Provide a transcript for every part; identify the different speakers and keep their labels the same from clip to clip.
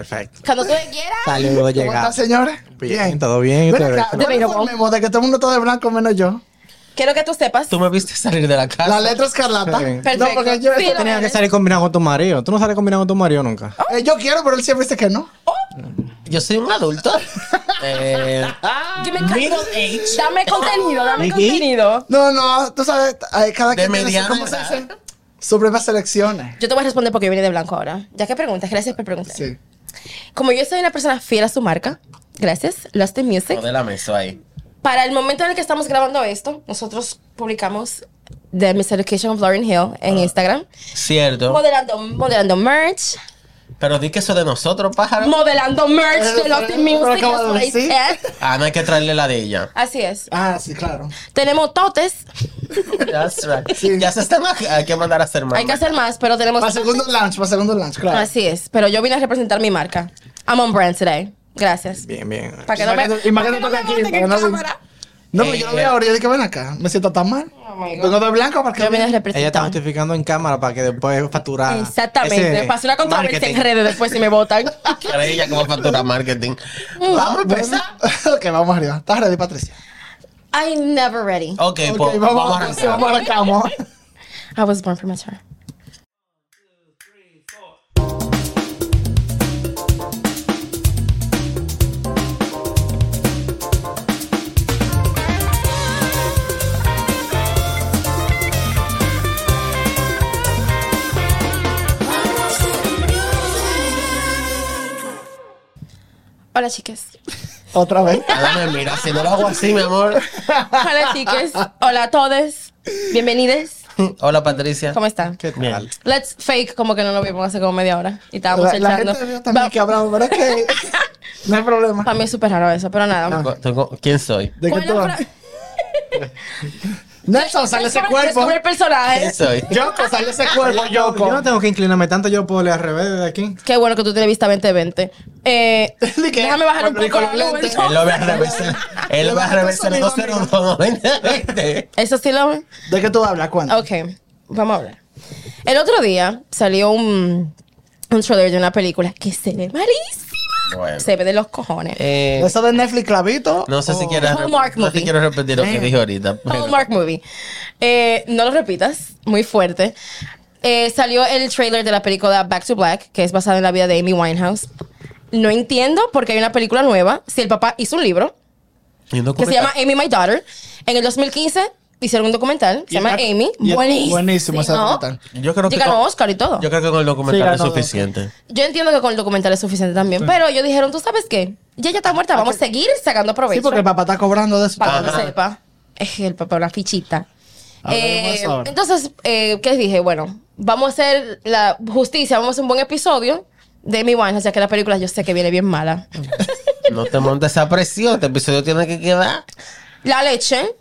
Speaker 1: Perfecto.
Speaker 2: Cuando tú quieras.
Speaker 3: Saludos,
Speaker 1: ¿Cómo está,
Speaker 3: llegado.
Speaker 1: señora?
Speaker 4: Bien, todo bien.
Speaker 1: Ven
Speaker 4: todo
Speaker 1: acá,
Speaker 4: bien.
Speaker 1: no nos formemos de que todo el mundo está de blanco menos yo.
Speaker 2: Quiero que tú sepas.
Speaker 3: Tú me viste salir de la casa.
Speaker 1: La letra escarlata.
Speaker 2: Perfecto.
Speaker 1: No, porque yo,
Speaker 2: Sí,
Speaker 1: esto-
Speaker 2: lo
Speaker 3: Tenía que
Speaker 2: eres.
Speaker 3: salir combinado con tu marido. Tú no sales combinado con tu marido nunca.
Speaker 1: eh, yo quiero, pero él siempre dice que no.
Speaker 3: Yo soy un adulto. Eh,
Speaker 2: Dime con- Dame contenido, dame
Speaker 3: Middle
Speaker 2: contenido.
Speaker 1: No, no, tú sabes, hay cada
Speaker 3: De
Speaker 1: quien tiene
Speaker 3: mediana
Speaker 1: su- ¿cómo se
Speaker 3: edad.
Speaker 1: dice? Sus propias elecciones.
Speaker 2: Yo te voy a responder porque yo vine de blanco ahora. Ya que preguntas, gracias por preguntar.
Speaker 1: Sí.
Speaker 2: Como yo soy una persona fiel a su marca, gracias, Lost in Music.
Speaker 3: de la mesa ahí.
Speaker 2: Para el momento en el que estamos grabando esto, nosotros publicamos The Miseducation of Lauren Hill en
Speaker 1: Ah.
Speaker 2: Instagram.
Speaker 3: Cierto.
Speaker 2: Modelando, modelando merch.
Speaker 3: Pero di que eso de nosotros, pájaro.
Speaker 2: Modelando merch de Lost in
Speaker 1: Pero
Speaker 2: Music.
Speaker 1: acabo de
Speaker 2: that's what I
Speaker 1: decir.
Speaker 2: said.
Speaker 3: Ah, no hay que traerle la de ella.
Speaker 2: Así es.
Speaker 1: Ah, sí, claro.
Speaker 2: Tenemos totes.
Speaker 3: That's right.
Speaker 1: Sí.
Speaker 3: Ya se están. a- Hay que mandar a hacer más.
Speaker 2: Hay que hacer más, pero tenemos.
Speaker 1: Para segundo lunch, para segundo lunch, claro.
Speaker 2: Así es. Pero yo vine a representar mi marca. I'm on brand today. Gracias.
Speaker 4: Bien, bien.
Speaker 2: Para que no me.
Speaker 1: Y más que
Speaker 2: pa'
Speaker 1: no toque aquí,
Speaker 2: monten
Speaker 1: para
Speaker 2: en
Speaker 1: que no se-
Speaker 2: cámara.
Speaker 1: No, pero yo lo veo ahora y yo dije, ven acá, me siento tan mal. Vengo de blanco porque...
Speaker 2: Yo vine a
Speaker 4: Ella está
Speaker 2: representar.
Speaker 4: justificando en cámara para que después facturar.
Speaker 2: Exactamente.
Speaker 4: Ese
Speaker 2: Pasó una controversia en
Speaker 4: marketing.
Speaker 2: redes después si me votan.
Speaker 3: Para ella como factura marketing.
Speaker 2: Uh,
Speaker 3: Vamos a empezar.
Speaker 1: ok, vamos arriba. ¿Estás ready, Patricia?
Speaker 2: I never ready.
Speaker 3: Ok,
Speaker 1: Ok, vamos,
Speaker 3: pues, vamos a
Speaker 1: vamos,
Speaker 3: arrancar.
Speaker 1: vamos, arrancamos.
Speaker 2: I was born premature. Hola chicas.
Speaker 1: Otra vez.
Speaker 3: Ahora me mira, si no lo hago así, mi amor.
Speaker 2: Hola chicas. Hola a todos. Bienvenidos.
Speaker 3: Hola, Patricia.
Speaker 2: ¿Cómo están?
Speaker 4: ¿Qué
Speaker 3: Bien.
Speaker 4: tal?
Speaker 2: Let's fake como que no lo vimos hace como media hora y estábamos
Speaker 1: La, la
Speaker 2: echando.
Speaker 1: gente vio también que hablamos, pero es que no hay problema.
Speaker 2: Para mí es súper raro eso, pero nada.
Speaker 3: Co- tengo- ¿Quién soy?
Speaker 1: ¿De qué
Speaker 2: ¿Cuál
Speaker 1: tú
Speaker 2: la
Speaker 1: hablas?
Speaker 2: fra-
Speaker 1: Nelson, sale ese
Speaker 2: Descubre-
Speaker 1: cuerpo.
Speaker 2: descubre el personaje.
Speaker 3: ¿Quién soy?
Speaker 1: Yoko, sale ese cuerpo,
Speaker 4: Yo no
Speaker 1: Yoko.
Speaker 4: tengo que inclinarme tanto, yo puedo leer al revés desde aquí.
Speaker 2: Qué bueno que tú tienes vista 2020. Eh,
Speaker 1: ¿De qué?
Speaker 2: déjame bajar un
Speaker 1: Cuando
Speaker 2: poco
Speaker 1: dijo
Speaker 2: la
Speaker 1: los
Speaker 2: luz.
Speaker 1: lentes.
Speaker 3: Él
Speaker 2: entonces.
Speaker 3: lo va a reversar. Él va a reversar el 201 2020.
Speaker 2: Eso sí lo ven.
Speaker 1: ¿De qué tú hablas? ¿Cuándo?
Speaker 2: Ok, vamos a hablar. El otro día salió un, un trailer de una película que se ve malísima.
Speaker 3: Bueno.
Speaker 2: Se ve de los cojones.
Speaker 3: Eh,
Speaker 1: ¿Eso de Netflix clavito?
Speaker 3: no sé si
Speaker 1: o-
Speaker 3: quieres
Speaker 2: Hallmark
Speaker 3: no sé si
Speaker 2: movie.
Speaker 3: quiero repetir lo que dije ahorita. pero-
Speaker 2: Hallmark movie. Eh, no lo repitas, muy fuerte. Eh, salió el trailer de la película Back to Black, que es basada en la vida de Amy Winehouse. No entiendo por qué hay una película nueva si el papá hizo un libro que
Speaker 3: Y un
Speaker 2: se
Speaker 3: documental.
Speaker 2: llama Amy My Daughter. En el 2015 hicieron un documental, se
Speaker 1: Y
Speaker 2: llama
Speaker 1: está-
Speaker 2: Amy.
Speaker 1: y es-
Speaker 2: Buenísimo.
Speaker 1: Buenísimo ese documental.
Speaker 3: Yo creo
Speaker 2: Y
Speaker 3: que
Speaker 2: ganó
Speaker 3: con,
Speaker 2: Oscar y todo.
Speaker 3: yo
Speaker 2: Yo,
Speaker 3: creo que con el documental
Speaker 1: Sí,
Speaker 3: es
Speaker 1: ganó
Speaker 3: suficiente.
Speaker 2: entiendo que con el documental es suficiente también, pero ellos dijeron, tú sabes qué, ya ella está muerta, vamos a seguir sacando provecho.
Speaker 1: Sí, porque el papá está cobrando de eso.
Speaker 2: para que
Speaker 3: Ajá.
Speaker 2: lo sepa, es el papá una fichita.
Speaker 1: Hablaremos
Speaker 2: Eh,
Speaker 1: ahora.
Speaker 2: entonces, eh, ¿qué dije? Bueno, vamos a hacer la justicia, vamos a hacer un buen episodio de Mi Winehouse, ya que la película yo sé que viene bien mala.
Speaker 3: No te montes esa presión. Este episodio tiene que quedar.
Speaker 2: La leche,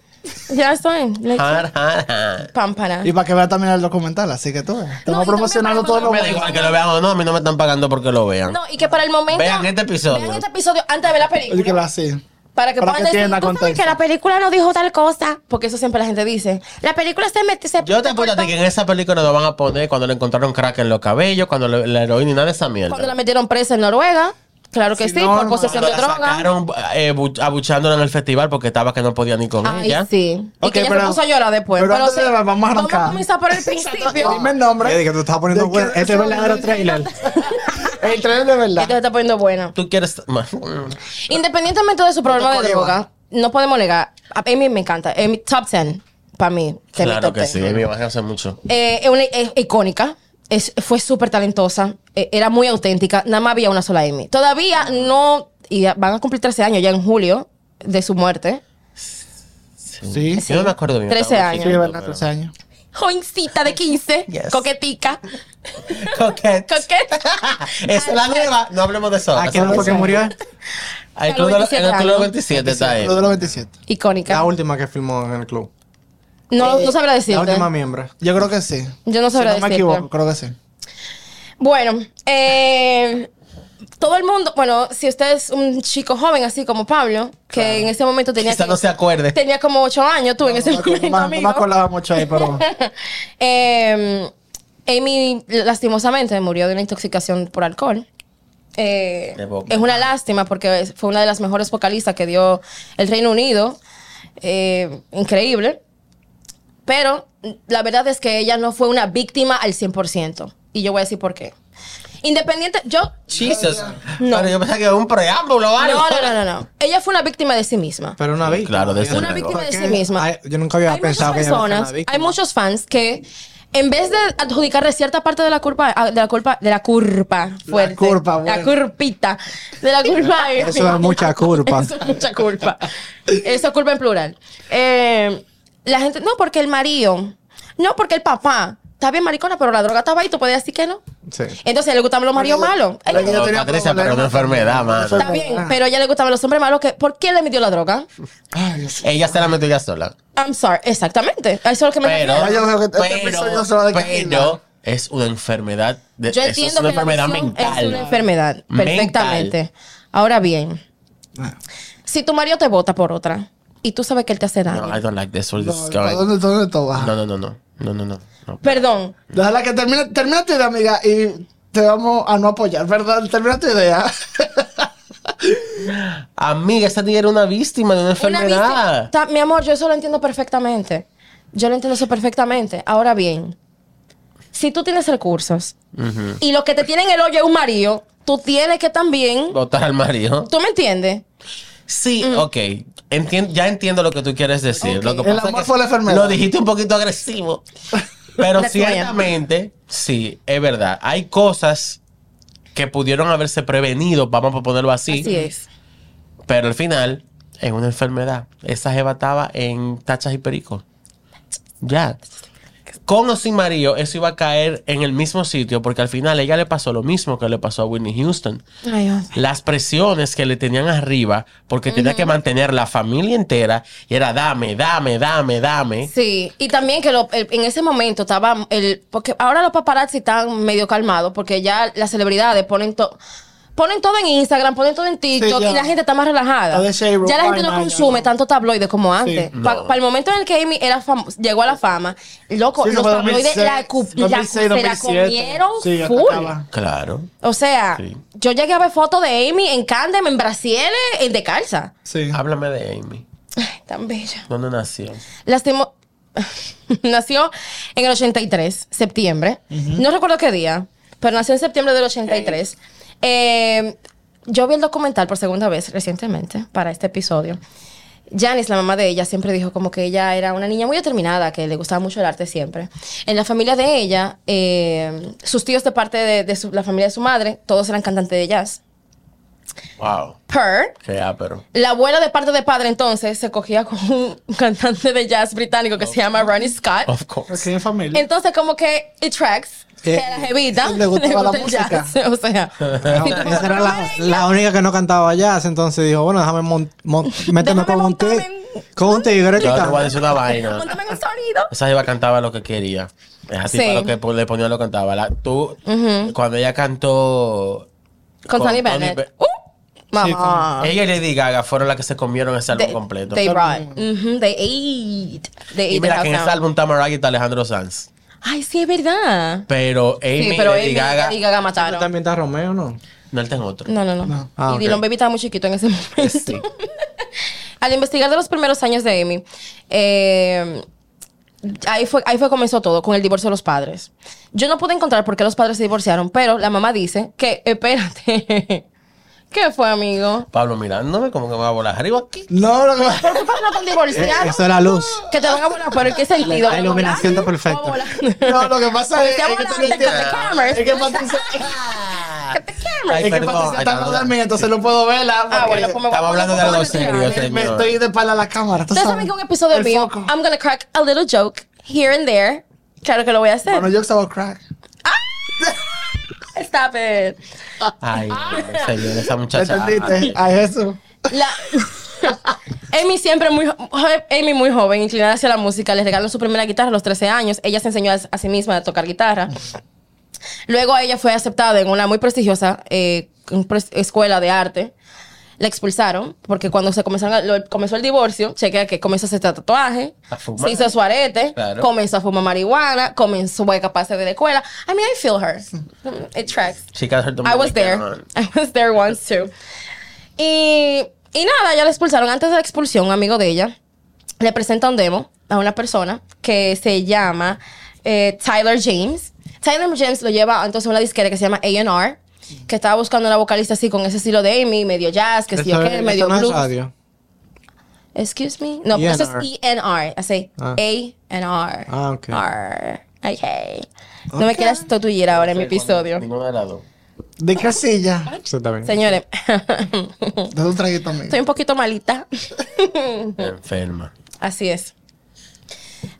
Speaker 2: ya estoy, leche,
Speaker 3: Jar, jar, jar.
Speaker 2: pámpara.
Speaker 1: Y para que vea también el documental, así que tú, ves, te
Speaker 2: No,
Speaker 1: vas
Speaker 2: y también
Speaker 1: promocionando
Speaker 2: para
Speaker 1: todo lo
Speaker 3: Me
Speaker 2: cuando-
Speaker 3: da
Speaker 1: bueno.
Speaker 3: igual que lo vean o no. A mí no me están pagando porque lo vean.
Speaker 2: No, y que para el momento...
Speaker 3: Vean este episodio.
Speaker 2: Vean este episodio antes de ver la película.
Speaker 1: Y que lo así.
Speaker 2: Para que
Speaker 1: Para
Speaker 2: puedan
Speaker 1: que
Speaker 2: decir,
Speaker 1: entienda
Speaker 2: "Tú sabes
Speaker 1: contexto".
Speaker 2: que la película no dijo tal cosa. Porque eso siempre la gente dice. La película se mete... Se
Speaker 3: Yo te apuesto a ti que en esa película lo van a poner cuando le encontraron crack en los cabellos, cuando le- la heroína y nada de esa mierda.
Speaker 2: Cuando la metieron presa en Noruega. Claro que
Speaker 1: Sí,
Speaker 2: sí,
Speaker 1: no,
Speaker 2: por
Speaker 1: no,
Speaker 2: posesión
Speaker 3: Cuando
Speaker 2: de
Speaker 3: la
Speaker 2: droga.
Speaker 3: sacaron eh, bu- abuchándola en el festival porque estaba que no podía ni con
Speaker 2: Ay,
Speaker 3: ella.
Speaker 2: sí. Y
Speaker 1: Ok,
Speaker 2: que ella
Speaker 1: pero-
Speaker 2: se puso a llorar después.
Speaker 1: pero antes
Speaker 2: sí,
Speaker 1: de- vamos a arrancar.
Speaker 2: comenzar por el principio.
Speaker 1: Dime el nombre.
Speaker 4: Eddie, que tú estás poniendo
Speaker 1: ¿De qué-
Speaker 4: bueno.
Speaker 1: Este es el verdadero trailer. El trailer de verdad.
Speaker 2: Esto se está poniendo buena.
Speaker 3: Tú quieres.
Speaker 2: Independientemente de su problema de
Speaker 1: Cocoyoba.
Speaker 2: droga, no podemos negar. A Amy me encanta. Amy, top 10. Para mí. de mi
Speaker 3: claro
Speaker 2: top
Speaker 3: que
Speaker 2: 10.
Speaker 3: sí, me imagino hace mucho.
Speaker 2: Eh, es una es icónica. Es- fue súper talentosa. eh, era muy auténtica. Nada más había una sola Amy. Todavía no. Y ya van a cumplir 13 años ya en julio de su muerte.
Speaker 1: Sí.
Speaker 3: Yo no me acuerdo bien.
Speaker 2: 13
Speaker 3: estaba muy
Speaker 2: años.
Speaker 1: Sí,
Speaker 3: chiquito,
Speaker 1: verdad,
Speaker 3: pero-
Speaker 1: 13 años.
Speaker 2: Jovencita de 15.
Speaker 3: Yes.
Speaker 2: Coquetica.
Speaker 3: Coquette.
Speaker 2: Coqueta.
Speaker 3: Esa es la nueva. No hablemos de eso.
Speaker 4: ¿A qué no fue Ah, que murió?
Speaker 3: Al
Speaker 2: A
Speaker 3: club
Speaker 2: los
Speaker 3: de
Speaker 2: 27
Speaker 3: los- en el club de los
Speaker 2: años.
Speaker 3: 27 está él.
Speaker 1: Lo de los 27.
Speaker 4: La
Speaker 2: Icónica.
Speaker 4: última que filmó en el club.
Speaker 2: No, no sabrá
Speaker 4: La
Speaker 2: decirte.
Speaker 4: última miembro.
Speaker 1: Yo creo que sí.
Speaker 2: Yo no
Speaker 1: Si
Speaker 2: sabré
Speaker 1: no me
Speaker 2: decirte.
Speaker 1: equivoco, creo que sí.
Speaker 2: Bueno, eh, todo el mundo, bueno, si usted es un chico joven así como Pablo, que en ese momento tenía
Speaker 3: Quizá
Speaker 2: que-
Speaker 3: no se acuerde.
Speaker 2: tenía como ocho años, tú en ese
Speaker 1: No me acuerdo,
Speaker 2: momento,
Speaker 1: no me
Speaker 2: amigo.
Speaker 1: acordaba mucho ahí, pero.
Speaker 2: Em, Eh, Amy lastimosamente murió de una intoxicación por alcohol. Eh,
Speaker 3: De Bob
Speaker 2: es una lástima porque es- fue una de las mejores vocalistas que dio el Reino Unido. Eh, increíble. Pero mm, la verdad es que ella no fue una víctima al 100%. Y yo voy a decir por qué. Independiente, yo...
Speaker 3: Jesus.
Speaker 2: No.
Speaker 3: Pero yo pensaba que era un preámbulo,
Speaker 2: No,
Speaker 3: ¿vale?
Speaker 2: no, no, no, no. Ella fue una víctima de sí misma.
Speaker 4: Pero una víctima.
Speaker 3: claro, de eso
Speaker 2: Una
Speaker 3: Pero-
Speaker 2: víctima de
Speaker 4: ¿Por
Speaker 2: sí
Speaker 4: qué?
Speaker 2: misma.
Speaker 4: Ay, yo nunca había
Speaker 2: hay
Speaker 4: pensado que
Speaker 2: muchas
Speaker 4: ella fuera
Speaker 2: personas,
Speaker 4: una víctima.
Speaker 2: hay muchos fans que en vez de adjudicarle cierta parte de la culpa, ah, de la culpa, de la culpa fuerte,
Speaker 4: culpa,
Speaker 2: la
Speaker 4: bueno.
Speaker 2: curpita, de la culpa,
Speaker 4: Eso da mucha culpa.
Speaker 2: eso es mucha culpa, eso es culpa en plural. Eh, la gente, no porque el marido, no porque el papá, está bien maricona, pero la droga estaba ahí, tú puedes decir que no.
Speaker 4: Sí.
Speaker 2: Entonces le gustaban los maridos malos. Ay,
Speaker 1: Pero ella tenía
Speaker 3: Patricia, pero una
Speaker 1: problemas.
Speaker 3: enfermedad, mano.
Speaker 2: Está bien, pero a ella le gustaban los hombres malos. Que, ¿Por qué le metió la droga?
Speaker 1: Ay, Dios
Speaker 3: Ella se la metió ella sola.
Speaker 2: I'm sorry, exactamente. Eso es lo que me
Speaker 3: Pero,
Speaker 2: refiero.
Speaker 1: Ay, yo creo que este episodio se va a
Speaker 3: pero,
Speaker 1: declinar.
Speaker 3: pero es una enfermedad. De,
Speaker 2: Yo
Speaker 3: eso
Speaker 2: entiendo
Speaker 3: es una
Speaker 2: que la
Speaker 3: enfermedad
Speaker 2: adicción
Speaker 3: mental.
Speaker 2: Es una enfermedad,
Speaker 3: Mental.
Speaker 2: perfectamente. Ahora bien,
Speaker 1: Ah,
Speaker 2: si tu marido te vota por otra y tú sabes que él te hace daño,
Speaker 3: No, I don't like this. all this is
Speaker 1: ¿Para
Speaker 3: going-
Speaker 1: dónde, dónde esto va?
Speaker 3: No, no, no, no. No, no, no. no.
Speaker 2: perdón,
Speaker 1: Déjala que termine, termina tu idea, amiga, y te vamos a no apoyar, ¿verdad? Termina tu idea.
Speaker 3: Amiga, esa tía era una víctima de
Speaker 2: una
Speaker 3: una enfermedad.
Speaker 2: vista- ta- mi amor, yo eso lo entiendo perfectamente. Yo lo entiendo eso perfectamente. Ahora bien, si tú tienes recursos y lo que te tienen el hoyo es un marido, tú tienes que también,
Speaker 3: Votar al marido.
Speaker 2: ¿tú me entiendes?
Speaker 3: Sí, ok. Entien- ya entiendo lo que tú quieres decir.
Speaker 2: Ok.
Speaker 3: Lo que
Speaker 1: El
Speaker 3: pasa
Speaker 1: amor
Speaker 3: es que
Speaker 1: fue la enfermedad.
Speaker 3: Lo dijiste un poquito agresivo. Pero
Speaker 2: La tuya.
Speaker 3: ciertamente, sí, es verdad. Hay cosas que pudieron haberse prevenido, vamos a ponerlo así.
Speaker 2: Así es.
Speaker 3: Pero al final, es una enfermedad. Esa jeva estaba en tachas y pericos. Ya. Con o sin marido, eso iba a caer en el mismo sitio, porque al final ella le pasó lo mismo que le pasó a Whitney Houston
Speaker 2: Ay, Dios.
Speaker 3: las presiones que le tenían arriba, porque tenía que mantener la familia entera, y era dame, dame, dame, dame.
Speaker 2: Sí, y también que lo- el- en ese momento estaba el. Porque ahora los paparazzi están medio calmados porque ya las celebridades ponen todo. Ponen todo en Instagram, ponen todo en TikTok
Speaker 1: Sí, ya.
Speaker 2: y la gente está más relajada.
Speaker 1: Está de shade,
Speaker 2: ya la gente
Speaker 1: fine,
Speaker 2: no
Speaker 1: ya,
Speaker 2: consume
Speaker 1: ya.
Speaker 2: tanto tabloide como antes.
Speaker 3: No.
Speaker 2: Para el momento en el que Amy era fam- llegó a la fama, loco,
Speaker 1: Sí,
Speaker 2: los
Speaker 1: como
Speaker 2: tabloides
Speaker 1: 2006,
Speaker 2: la, cu- la cu-
Speaker 1: 2006,
Speaker 2: se la
Speaker 1: 2007.
Speaker 2: comieron
Speaker 1: Sí, ya
Speaker 2: full.
Speaker 1: acaba.
Speaker 3: Claro.
Speaker 2: O sea,
Speaker 3: Sí.
Speaker 2: yo llegué a ver fotos de Amy en Candem, en Brasiele, en de calza.
Speaker 1: Sí.
Speaker 3: Háblame de Amy.
Speaker 2: Ay, tan bella.
Speaker 3: ¿Dónde nació?
Speaker 2: Lastimo- nació en el 83, septiembre. No recuerdo qué día, pero nació en septiembre del 83. Eh, yo vi el documental por segunda vez recientemente para este episodio. Janice, la mamá de ella, siempre dijo como que ella era una niña muy determinada, que le gustaba mucho el arte siempre. En la familia de ella, eh, sus tíos de parte de, de su- la familia de su madre, todos eran cantantes de jazz.
Speaker 3: Wow.
Speaker 2: Per,
Speaker 3: Qué ápero.
Speaker 2: la abuela de parte de padre entonces se cogía con un cantante de jazz británico que se llama Ronnie Scott.
Speaker 3: Of course.
Speaker 1: Aquí en familia.
Speaker 2: Entonces como que it tracks que
Speaker 4: Eh,
Speaker 2: a la jevita
Speaker 1: le gustaba la
Speaker 2: el
Speaker 1: música.
Speaker 2: jazz. O sea, si tú
Speaker 4: Esa
Speaker 2: pasas
Speaker 4: era
Speaker 2: por
Speaker 4: la,
Speaker 2: ahí,
Speaker 4: la única que no cantaba jazz, entonces dijo, bueno, déjame mon- mon- meterme
Speaker 2: Déjame
Speaker 4: con un,
Speaker 2: montarme
Speaker 4: tigre, con un tigre que
Speaker 3: Yo te voy a
Speaker 4: canta.
Speaker 3: decir una vaina.
Speaker 2: montame en un sonido.
Speaker 3: Esa jeva cantaba lo que quería. Esa
Speaker 2: Sí.
Speaker 3: tipa lo que po- le ponía lo cantaba. La- tú, cuando ella cantó...
Speaker 2: Con,
Speaker 3: Con
Speaker 2: Tony
Speaker 3: Tony
Speaker 2: Bennett.
Speaker 3: Be-
Speaker 2: Uh, mamá.
Speaker 3: Ella y Lady Gaga fueron las que se comieron ese álbum
Speaker 2: They-
Speaker 3: completo.
Speaker 2: They brought. Mhm, they ate. They ate the
Speaker 3: y mira que en
Speaker 2: house
Speaker 3: ese
Speaker 2: down.
Speaker 3: álbum está Mariah y está Alejandro Sanz.
Speaker 2: Ay, sí, es verdad.
Speaker 3: Pero Amy,
Speaker 2: sí, pero
Speaker 3: Lady
Speaker 2: Amy
Speaker 3: Gaga,
Speaker 2: y Gaga mataron.
Speaker 4: También está Romeo, ¿no?
Speaker 3: no él está en otro.
Speaker 2: No, no, no.
Speaker 4: Ah,
Speaker 2: y
Speaker 4: ok.
Speaker 2: Dylan Baby estaba muy chiquito en ese momento.
Speaker 3: Sí.
Speaker 2: Al investigar de los primeros años de Amy, eh, ahí, fue, ahí fue comenzó todo, con el divorcio de los padres. Yo no pude encontrar por qué los padres se divorciaron, pero la mamá dice que, espérate, ¿qué fue, amigo?
Speaker 3: Pablo mirándome como que me va a volar arriba aquí.
Speaker 4: No, lo que
Speaker 2: ¿Por qué no te divorciaron?
Speaker 4: Eso es la luz.
Speaker 2: Que te van a volar, pero ¿en qué sentido?
Speaker 4: Eh, La iluminación está perfecta.
Speaker 2: Oh, perfecta.
Speaker 1: No, lo que pasa es,
Speaker 2: Porque
Speaker 1: es que
Speaker 2: estamos hablando de
Speaker 1: tú no entiendes.
Speaker 2: cameras.
Speaker 1: Es que Patricia, es
Speaker 3: Ay,
Speaker 1: que
Speaker 3: perdón,
Speaker 1: Patricia
Speaker 3: ay,
Speaker 1: está
Speaker 3: perdón.
Speaker 1: hablando de mí, entonces no puedo verla.
Speaker 2: Ah,
Speaker 1: porque
Speaker 2: bueno, pues me voy a
Speaker 3: Estaba
Speaker 2: poner
Speaker 3: hablando
Speaker 2: un
Speaker 3: de
Speaker 2: poco
Speaker 3: algo
Speaker 2: más
Speaker 3: serio,
Speaker 2: grave.
Speaker 3: señor.
Speaker 1: Me estoy de pala a la cámara. ¿tú
Speaker 2: Ustedes
Speaker 1: sabes?
Speaker 2: saben que un episodio
Speaker 1: El
Speaker 2: mío,
Speaker 1: foco.
Speaker 2: I'm gonna crack a little joke here and there. Claro que lo voy a hacer.
Speaker 1: Bueno, yo estaba crack.
Speaker 2: Stop it.
Speaker 3: Ay, señor, esa muchacha. ah,
Speaker 1: ¿Entendiste?
Speaker 3: ay,
Speaker 1: A eso.
Speaker 2: La... Amy siempre muy, jo- Amy muy joven, inclinada hacia la música, le regaló su primera guitarra a los 13 años. Ella se enseñó a, a sí misma a tocar guitarra. Luego ella fue aceptada en una muy prestigiosa eh, un pres- escuela de arte. La expulsaron porque cuando se comenzaron a- lo- comenzó el divorcio, chequea que comenzó a hacer tatuaje,
Speaker 3: A fumar.
Speaker 2: se hizo su arete,
Speaker 3: Claro.
Speaker 2: comenzó a fumar marihuana, comenzó a caparse de la escuela. I mean, I feel her. It tracks.
Speaker 3: Chicas del
Speaker 2: I was there.
Speaker 3: Dominicano.
Speaker 2: I was there once too. Y, y nada, ya la expulsaron. Antes de la expulsión, un amigo de ella le presenta un demo a una persona que se llama eh, Tyler James. Tyler James lo lleva entonces a una disquera que se llama A&R, que estaba buscando una vocalista así con ese estilo de Amy, medio jazz, que sí,
Speaker 4: Esto-
Speaker 2: ok, medio
Speaker 4: esto no es
Speaker 2: blues.
Speaker 4: radio.
Speaker 2: Excuse me. No, pero eso es E ENR. Así.
Speaker 4: E Ah.
Speaker 2: A&R.
Speaker 4: Ah, ok.
Speaker 2: R. Okay. No me quieras totullir ahora en mi episodio.
Speaker 3: Ninguno de las dos.
Speaker 1: De casilla.
Speaker 4: Sí, también.
Speaker 2: Señores,
Speaker 1: Dale un traguito amigo.
Speaker 2: estoy un poquito malita.
Speaker 3: Enferma.
Speaker 2: Así es.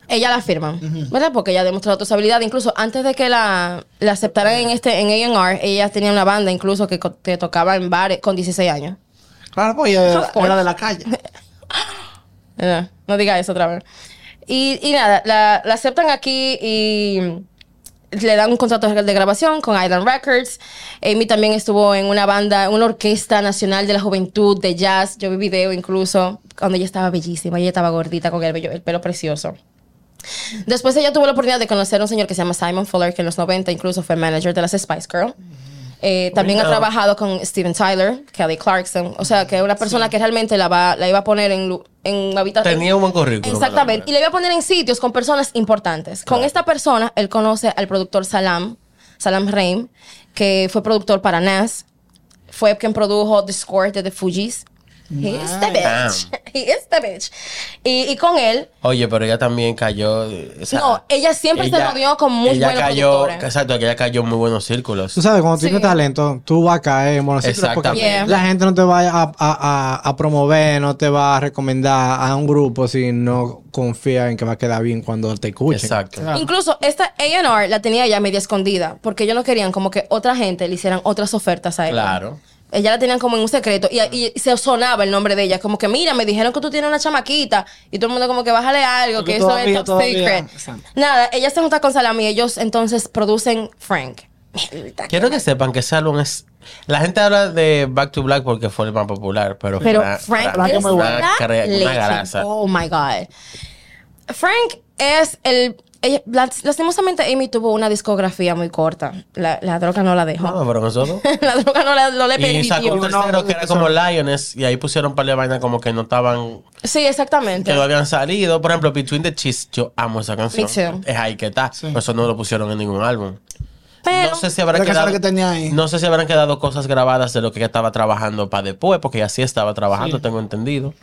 Speaker 2: Ella la firma, ¿verdad? Porque ella ha demostrado toda su habilidad. Incluso antes de que la, la aceptaran en este en A&R, ella tenía una banda incluso que, co- que tocaba en bares con 16 años.
Speaker 1: Claro, pues ella era,
Speaker 2: Of course.
Speaker 1: era de la calle.
Speaker 2: Eh, No diga eso otra vez. Y, y nada, la, la aceptan aquí y le dan un contrato de grabación con Island Records. Amy también estuvo en una banda, una orquesta nacional de la juventud, de jazz. Yo vi video incluso cuando ella estaba bellísima, ella estaba gordita con el, vello- el pelo precioso. Después ella tuvo la oportunidad de conocer a un señor que se llama Simon Fuller, que en los 90 incluso fue manager de las Spice Girls. Eh, también ha
Speaker 3: Wow.
Speaker 2: trabajado con Steven Tyler, Kelly Clarkson, o sea, que es una persona que realmente la, va, la iba a poner en, lu- en habitación.
Speaker 3: Tenía un buen currículum.
Speaker 2: Exactamente. Y le voy a poner en sitios con personas importantes. Con
Speaker 3: Claro.
Speaker 2: esta persona, él conoce al productor Salam, Salam Reim, que fue productor para Nas. Fue quien produjo The Score de The Fugees. He is the bitch. He is the bitch. Y, y con él,
Speaker 3: Oye, pero ella también cayó. o sea,
Speaker 2: No, ella siempre se rodeó con muy
Speaker 3: ella
Speaker 2: buenos
Speaker 3: cayó,
Speaker 2: productores.
Speaker 3: Exacto, que ella cayó en muy buenos círculos.
Speaker 4: Tú sabes, cuando
Speaker 2: Sí.
Speaker 4: tienes talento, tú vas a caer en buenos sitios porque
Speaker 3: Exactamente.
Speaker 2: Yeah.
Speaker 4: la gente no te va a, a- a- a promover, no te va a recomendar a un grupo si no confía en que va a quedar bien cuando te escuchen.
Speaker 3: Exacto.
Speaker 2: incluso esta A&R la tenía ya media escondida, porque ellos no querían como que otra gente le hicieran otras ofertas a él.
Speaker 3: Claro.
Speaker 2: Ella la tenían como en un secreto y, y se sonaba el nombre de ella. Como que, mira, me dijeron que tú tienes una chamaquita. Y todo el mundo como que bájale algo, que
Speaker 1: Porque
Speaker 2: eso
Speaker 1: todavía-
Speaker 2: es top
Speaker 1: todavía,
Speaker 2: secret.
Speaker 1: exacto.
Speaker 2: Nada, ella se junta con Salami y ellos entonces producen Frank. Mierda.
Speaker 3: Quiero que sepan que ese álbum es. La gente habla de Back to Black porque fue el más popular, pero,
Speaker 2: Pero
Speaker 3: fra-
Speaker 2: Frank
Speaker 3: fra-
Speaker 2: es
Speaker 1: muy bueno.
Speaker 3: una, cre- una
Speaker 2: leche.
Speaker 3: grasa.
Speaker 2: Oh my God. Frank es el. ella- las- lastimosamente, Amy tuvo una discografía muy corta. La, la droga no la dejó.
Speaker 3: No, Ah, pero nosotros.
Speaker 2: la droga no, la, no le
Speaker 3: Y sacó
Speaker 2: permitió.
Speaker 3: un tercero que era como Lioness y ahí pusieron un par de vainas como que no estaban,
Speaker 2: Sí, exactamente.
Speaker 3: que no habían salido. Por ejemplo, Between the Cheese, yo amo esa canción.
Speaker 2: Me too.
Speaker 3: Es ahí que está. Por Eso no lo pusieron en ningún álbum.
Speaker 2: Pero.
Speaker 3: No sé si habrá
Speaker 1: Era que
Speaker 3: quedado,
Speaker 1: sabe que tenía ahí.
Speaker 3: No sé si habrán quedado cosas grabadas de lo que ella estaba trabajando para después, porque ella sí estaba trabajando, tengo entendido.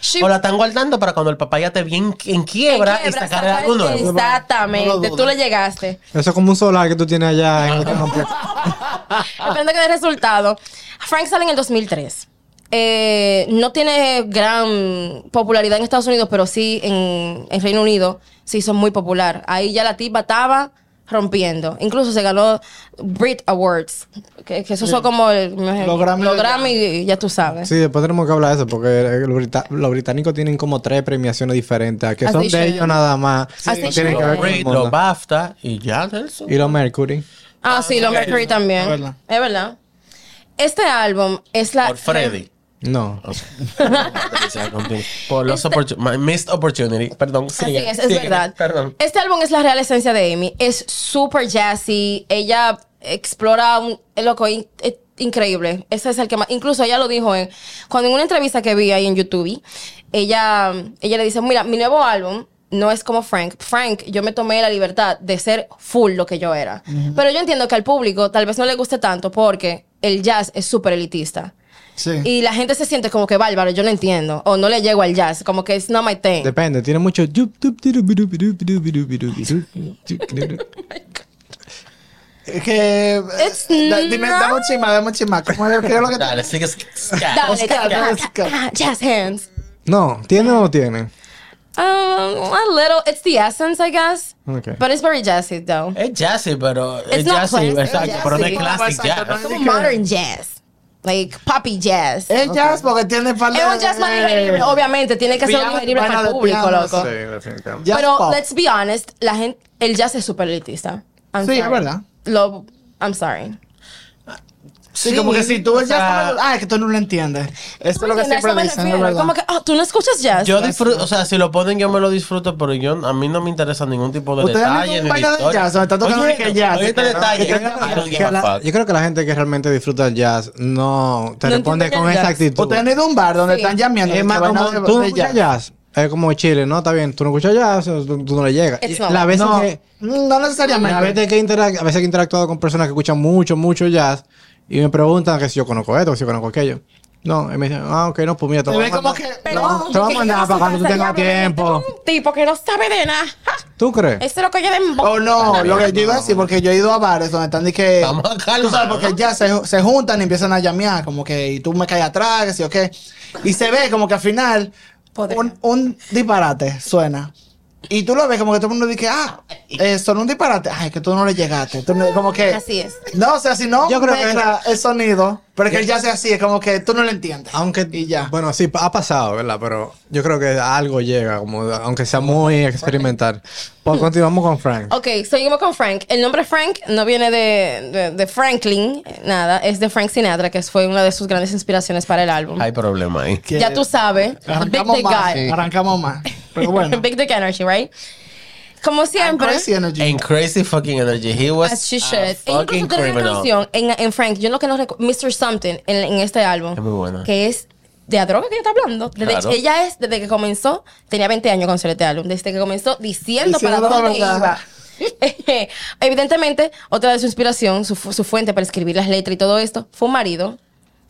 Speaker 2: she-
Speaker 3: O la están guardando para cuando el papá ya esté bien en quiebra, y sacar
Speaker 2: sacar
Speaker 3: algo
Speaker 2: el-
Speaker 3: nuevo.
Speaker 1: No lo
Speaker 2: Exactamente.
Speaker 1: dudo.
Speaker 2: Tú le llegaste.
Speaker 4: Eso es como un solar que tú tienes allá en otro complejo.
Speaker 1: Ah.
Speaker 2: Depende que dé resultado. Frank sale en el 2003. Eh, no tiene gran popularidad en Estados Unidos, pero sí en, en Reino Unido se hizo muy popular. Ahí ya la tipa estaba rompiendo. Incluso se ganó Brit Awards, que, que eso son como el,
Speaker 1: Los Grammy
Speaker 2: los
Speaker 1: de-
Speaker 2: Grammy, ya tú sabes.
Speaker 4: Sí, después tenemos que hablar de eso porque eh, los, brita- los británicos tienen como tres premiaciones diferentes que
Speaker 2: As
Speaker 4: son
Speaker 2: they
Speaker 4: de
Speaker 2: should.
Speaker 4: ellos nada más.
Speaker 2: As
Speaker 4: No
Speaker 2: they
Speaker 4: tienen
Speaker 2: should.
Speaker 4: que ver
Speaker 3: Los
Speaker 4: con
Speaker 3: Brit,
Speaker 4: el
Speaker 3: los
Speaker 4: mundo.
Speaker 3: BAFTA y ya, Nelson.
Speaker 4: Y los Mercury.
Speaker 2: Ah, sí, los Mercury también.
Speaker 1: Es verdad.
Speaker 2: Es verdad. Este álbum es la...
Speaker 3: Por Freddy.
Speaker 4: No.
Speaker 3: Por los opportu- my missed opportunity. Perdón,
Speaker 2: Este- Así
Speaker 3: sigue,
Speaker 2: es, es
Speaker 3: sigue.
Speaker 2: verdad.
Speaker 3: Perdón.
Speaker 2: Este álbum es la real esencia de Amy. Es súper jazzy. Ella explora un eh, loco in- eh, increíble. Ese es el que más. Incluso ella lo dijo en cuando en una entrevista que vi ahí en YouTube, ella ella le dice, mira, mi nuevo álbum no es como Frank. Frank, yo me tomé la libertad de ser full lo que yo era. Pero yo entiendo que al público tal vez no le guste tanto porque el jazz es súper elitista.
Speaker 1: Sí.
Speaker 2: Y la gente se siente como que bárbaro, yo no entiendo. O no le llego al jazz, como que it's not my thing.
Speaker 4: Depende, tiene mucho. Dime
Speaker 1: Es que. eh,
Speaker 2: It's
Speaker 1: da- dime,
Speaker 2: not-
Speaker 1: dame un chisma, dame un chisma. ¿Cómo es que es lo que
Speaker 3: Dale,
Speaker 1: te-
Speaker 3: sigue. sigue, sigue.
Speaker 2: Dale,
Speaker 1: Oscar,
Speaker 2: dale,
Speaker 1: Oscar.
Speaker 2: ah, ah, jazz hands.
Speaker 4: No, ¿tiene o no tiene?
Speaker 2: Um, a little. It's the essence, I guess.
Speaker 4: Okay.
Speaker 2: But it's very jazzy, though.
Speaker 3: Es jazzy, pero. Es
Speaker 2: not
Speaker 3: jazzy,
Speaker 2: classic,
Speaker 3: exacto.
Speaker 2: pues, es
Speaker 3: Pero no es
Speaker 1: jazzy.
Speaker 3: classic
Speaker 1: Exacto,
Speaker 3: jazz.
Speaker 1: no
Speaker 2: Como
Speaker 1: que-
Speaker 2: modern jazz. Like poppy jazz. Es
Speaker 1: Es jazz porque tiene par de-
Speaker 2: un jazz más digerible, obviamente. Tiene que ser
Speaker 1: Piano,
Speaker 2: digerible para el
Speaker 1: piano,
Speaker 2: público,
Speaker 1: piano,
Speaker 2: loco.
Speaker 1: eh. sí.
Speaker 4: definitivamente.
Speaker 1: Jazz
Speaker 2: Pero,
Speaker 1: pop.
Speaker 2: let's be honest, la gente, el jazz es super elitista. I'm
Speaker 1: Sí, es
Speaker 2: sorry.
Speaker 1: verdad.
Speaker 2: Lo, I'm sorry.
Speaker 1: Sí, como que si tú
Speaker 3: o
Speaker 1: ves ya
Speaker 3: sea,
Speaker 1: está- Ah, es que tú no lo entiendes. Esto es lo que
Speaker 2: Entiendo,
Speaker 1: siempre
Speaker 2: eso me
Speaker 1: dicen,
Speaker 2: refiero.
Speaker 1: es verdad.
Speaker 2: Como que, oh, tú no escuchas jazz.
Speaker 3: Yo disfruto, o sea, si lo ponen yo me lo disfruto, pero yo a mí no me interesa ningún tipo de
Speaker 1: Ustedes andan
Speaker 3: detalle
Speaker 1: con
Speaker 3: ni de
Speaker 1: vaina de
Speaker 3: historia.
Speaker 1: jazz, o me está tocando
Speaker 3: Oye,
Speaker 1: de que jazz,
Speaker 3: oye, este
Speaker 1: ¿no?
Speaker 3: detalle.
Speaker 1: Que tenga-
Speaker 3: I don't give
Speaker 4: Que
Speaker 3: a
Speaker 4: la-
Speaker 3: fuck.
Speaker 4: yo creo que la gente que realmente disfruta el jazz no te
Speaker 2: No
Speaker 4: responde
Speaker 2: entiende
Speaker 4: con
Speaker 2: el
Speaker 4: esa
Speaker 2: jazz.
Speaker 4: actitud.
Speaker 1: Ustedes han ido a un bar donde
Speaker 2: Sí.
Speaker 1: están llameando.
Speaker 4: Es
Speaker 1: que
Speaker 4: más,
Speaker 1: vaina
Speaker 4: como
Speaker 1: de-
Speaker 4: tú no
Speaker 1: de
Speaker 4: escuchas
Speaker 1: jazz.
Speaker 4: jazz. Es como Chile, ¿no? Está bien, tú no escuchas jazz, tú, tú no le llegas.
Speaker 2: It's
Speaker 4: Y
Speaker 2: not
Speaker 4: La
Speaker 2: like-
Speaker 4: veces
Speaker 1: No,
Speaker 4: que,
Speaker 1: no
Speaker 4: la
Speaker 1: necesariamente.
Speaker 4: veces que interac- a veces que he interactuado con personas que escuchan mucho, mucho jazz y me preguntan que si yo conozco esto, que si yo conozco aquello. No, y me dicen, ah, ok, no, pues mira, te
Speaker 1: Te
Speaker 4: voy a
Speaker 1: ve como
Speaker 4: mandar-
Speaker 1: que.
Speaker 2: Pero,
Speaker 1: no.
Speaker 4: te voy a mandar
Speaker 2: llegas
Speaker 4: para
Speaker 2: su
Speaker 4: cuando tú
Speaker 2: casa y
Speaker 4: tengas
Speaker 2: hablas de
Speaker 4: tiempo.
Speaker 2: Un tipo que no sabe de nada. Ja,
Speaker 4: ¿Tú crees?
Speaker 2: Eso es lo que yo de
Speaker 1: O no, lo que yo iba a decir, porque yo he ido a bares donde están de que.
Speaker 3: Vamos a calmar,
Speaker 1: Tú sabes, porque
Speaker 3: ¿no?
Speaker 1: ya se, se juntan y empiezan a llamear, como que, y tú me caes atrás, que sí o qué. Y se ve como que al final,
Speaker 2: Podría.
Speaker 1: un, un disparate suena. Y tú lo ves como que todo el mundo dice, ah, eh, sonó un disparate. Ay, que tú no le llegaste. Tú no- como que.
Speaker 2: Así es.
Speaker 1: No, o sea, si no,
Speaker 4: Yo creo que-
Speaker 1: pega el sonido, pero que ya sea así, es como que tú no lo entiendes.
Speaker 4: Aunque,
Speaker 1: Y ya.
Speaker 4: bueno, sí, pa- ha pasado, ¿verdad? Pero yo creo que algo llega, como, aunque sea muy experimental. Pues continuamos con Frank.
Speaker 2: Ok, seguimos con Frank. El nombre Frank no viene de, de- de Franklin, nada, es de Frank Sinatra, que fue una de sus grandes inspiraciones para el álbum.
Speaker 3: Hay problema ahí.
Speaker 2: ya tú sabes, Big
Speaker 1: Arrancamos
Speaker 2: Dick
Speaker 1: más.
Speaker 2: Guy.
Speaker 1: Arrancamos más. Pero bueno.
Speaker 2: Big Dick Energy, right? Como siempre,
Speaker 1: Crazy Energy.
Speaker 3: En crazy fucking energy. He was
Speaker 2: as she
Speaker 3: a
Speaker 2: should. E incluso
Speaker 3: fucking
Speaker 2: tiene una
Speaker 3: criminal.
Speaker 2: canción en, en Frank, yo lo que no recuerdo, Mr. Something, en, en este álbum.
Speaker 3: Es muy buena.
Speaker 2: Que es de la droga que ella está hablando. Desde-
Speaker 3: Claro.
Speaker 2: Ella es, desde que comenzó, tenía 20 años con este álbum, desde que comenzó diciendo,
Speaker 1: Diciendo
Speaker 2: para
Speaker 1: la
Speaker 2: dónde
Speaker 1: verdad.
Speaker 2: iba. Evidentemente, otra de su inspiración, su, fu- su fuente para escribir las letras y todo esto, fue un marido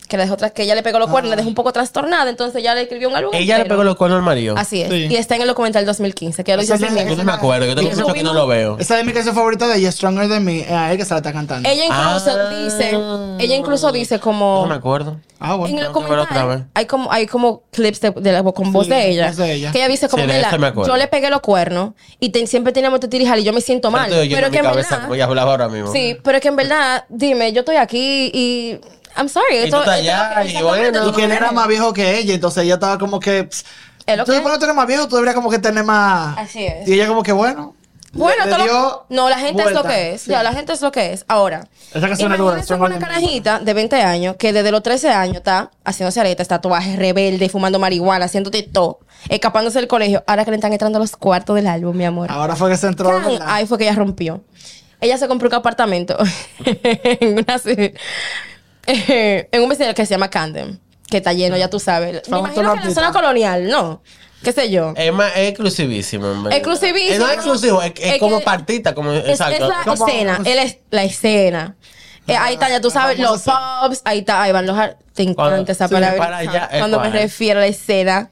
Speaker 2: que la dejó tras- que ella le pegó los
Speaker 1: Ah.
Speaker 2: cuernos, la dejó un poco trastornada, entonces ella le escribió un álbum.
Speaker 3: Ella le
Speaker 2: entero.
Speaker 3: pegó los cuernos al marido.
Speaker 2: Así es.
Speaker 1: Sí.
Speaker 2: Y está en el documental 2015, que ya lo hizo
Speaker 1: Esa es la-
Speaker 2: Silvia.
Speaker 3: Yo no me acuerdo, yo tengo
Speaker 2: Eso
Speaker 3: mucho que no lo veo.
Speaker 1: Esa es mi canción favorita de ella, Stronger Than Me. Es a él que se la está cantando.
Speaker 2: Ella incluso
Speaker 3: Ah.
Speaker 2: dice, ella incluso dice
Speaker 3: No
Speaker 2: como
Speaker 3: me acuerdo.
Speaker 1: ah,
Speaker 2: en
Speaker 1: bueno.
Speaker 2: el
Speaker 3: tengo que ver otra vez.
Speaker 2: documental hay como hay como clips de, de la- con voz
Speaker 1: Sí,
Speaker 2: de ella,
Speaker 1: voz de ella.
Speaker 2: que ella dice como
Speaker 3: Sí, de
Speaker 2: "Mira,
Speaker 3: esa me acuerdo.
Speaker 2: yo le pegué los cuernos y te- siempre teníamos tu tirijal y yo me siento mal,
Speaker 3: Estoy oyendo
Speaker 2: pero
Speaker 3: en
Speaker 2: que
Speaker 3: mi
Speaker 2: en
Speaker 3: cabeza
Speaker 2: verdad
Speaker 3: como ella hablaba ahora mismo.
Speaker 2: Sí, pero es que en verdad, dime, yo estoy aquí y. I'm sorry.
Speaker 3: tú estás allá, y bueno.
Speaker 1: Y que él era más viejo que ella, entonces ella estaba como que. pss,
Speaker 2: ¿Es lo
Speaker 1: tú
Speaker 2: que?
Speaker 1: cuando tú eres más viejo, tú deberías como que tener más.
Speaker 2: Así es.
Speaker 1: Y ella como que bueno.
Speaker 2: Bueno,
Speaker 1: le-
Speaker 2: todo
Speaker 1: le
Speaker 2: lo-
Speaker 1: dio
Speaker 2: no, la gente es lo
Speaker 1: vuelta.
Speaker 2: que es.
Speaker 1: Sí.
Speaker 2: Ya, la gente es lo que es. Ahora,
Speaker 1: Esa canción es dura,
Speaker 2: imagínense
Speaker 1: Strong
Speaker 2: una
Speaker 1: Arm.
Speaker 2: carajita de 20 años que desde los 13 años está haciéndose aretas, tatuajes, rebelde, fumando marihuana, haciendo todo, escapándose del colegio. Ahora que le están entrando a los cuartos del álbum, mi amor.
Speaker 1: Ahora fue que se entró.
Speaker 2: Can,
Speaker 1: ¿verdad?
Speaker 2: Ahí fue que ella rompió. Ella se compró un apartamento en, una ci- eh, en un vecindario que se llama Camden, que está
Speaker 1: Ah.
Speaker 2: lleno, ya tú sabes. Me
Speaker 1: Vamos,
Speaker 2: imagino
Speaker 1: tú lo
Speaker 2: que en la
Speaker 1: aplicas.
Speaker 2: zona colonial, ¿no? ¿Qué sé yo?
Speaker 3: Es más, es exclusivísimo. en verdad.
Speaker 2: Exclusivísimo.
Speaker 3: Eh, No es exclusivo, es, es
Speaker 2: Es
Speaker 3: como
Speaker 2: que-
Speaker 3: partita, como
Speaker 2: Es,
Speaker 3: exacto.
Speaker 2: es la
Speaker 1: Como-
Speaker 2: escena, él es la escena. Eh, ahí está, ya tú sabes, los pubs, ahí está, ahí van los... ar- Te encanta esa
Speaker 3: sí,
Speaker 2: palabra.
Speaker 3: para allá, es
Speaker 2: Cuando me
Speaker 3: para-
Speaker 2: refiero a la escena.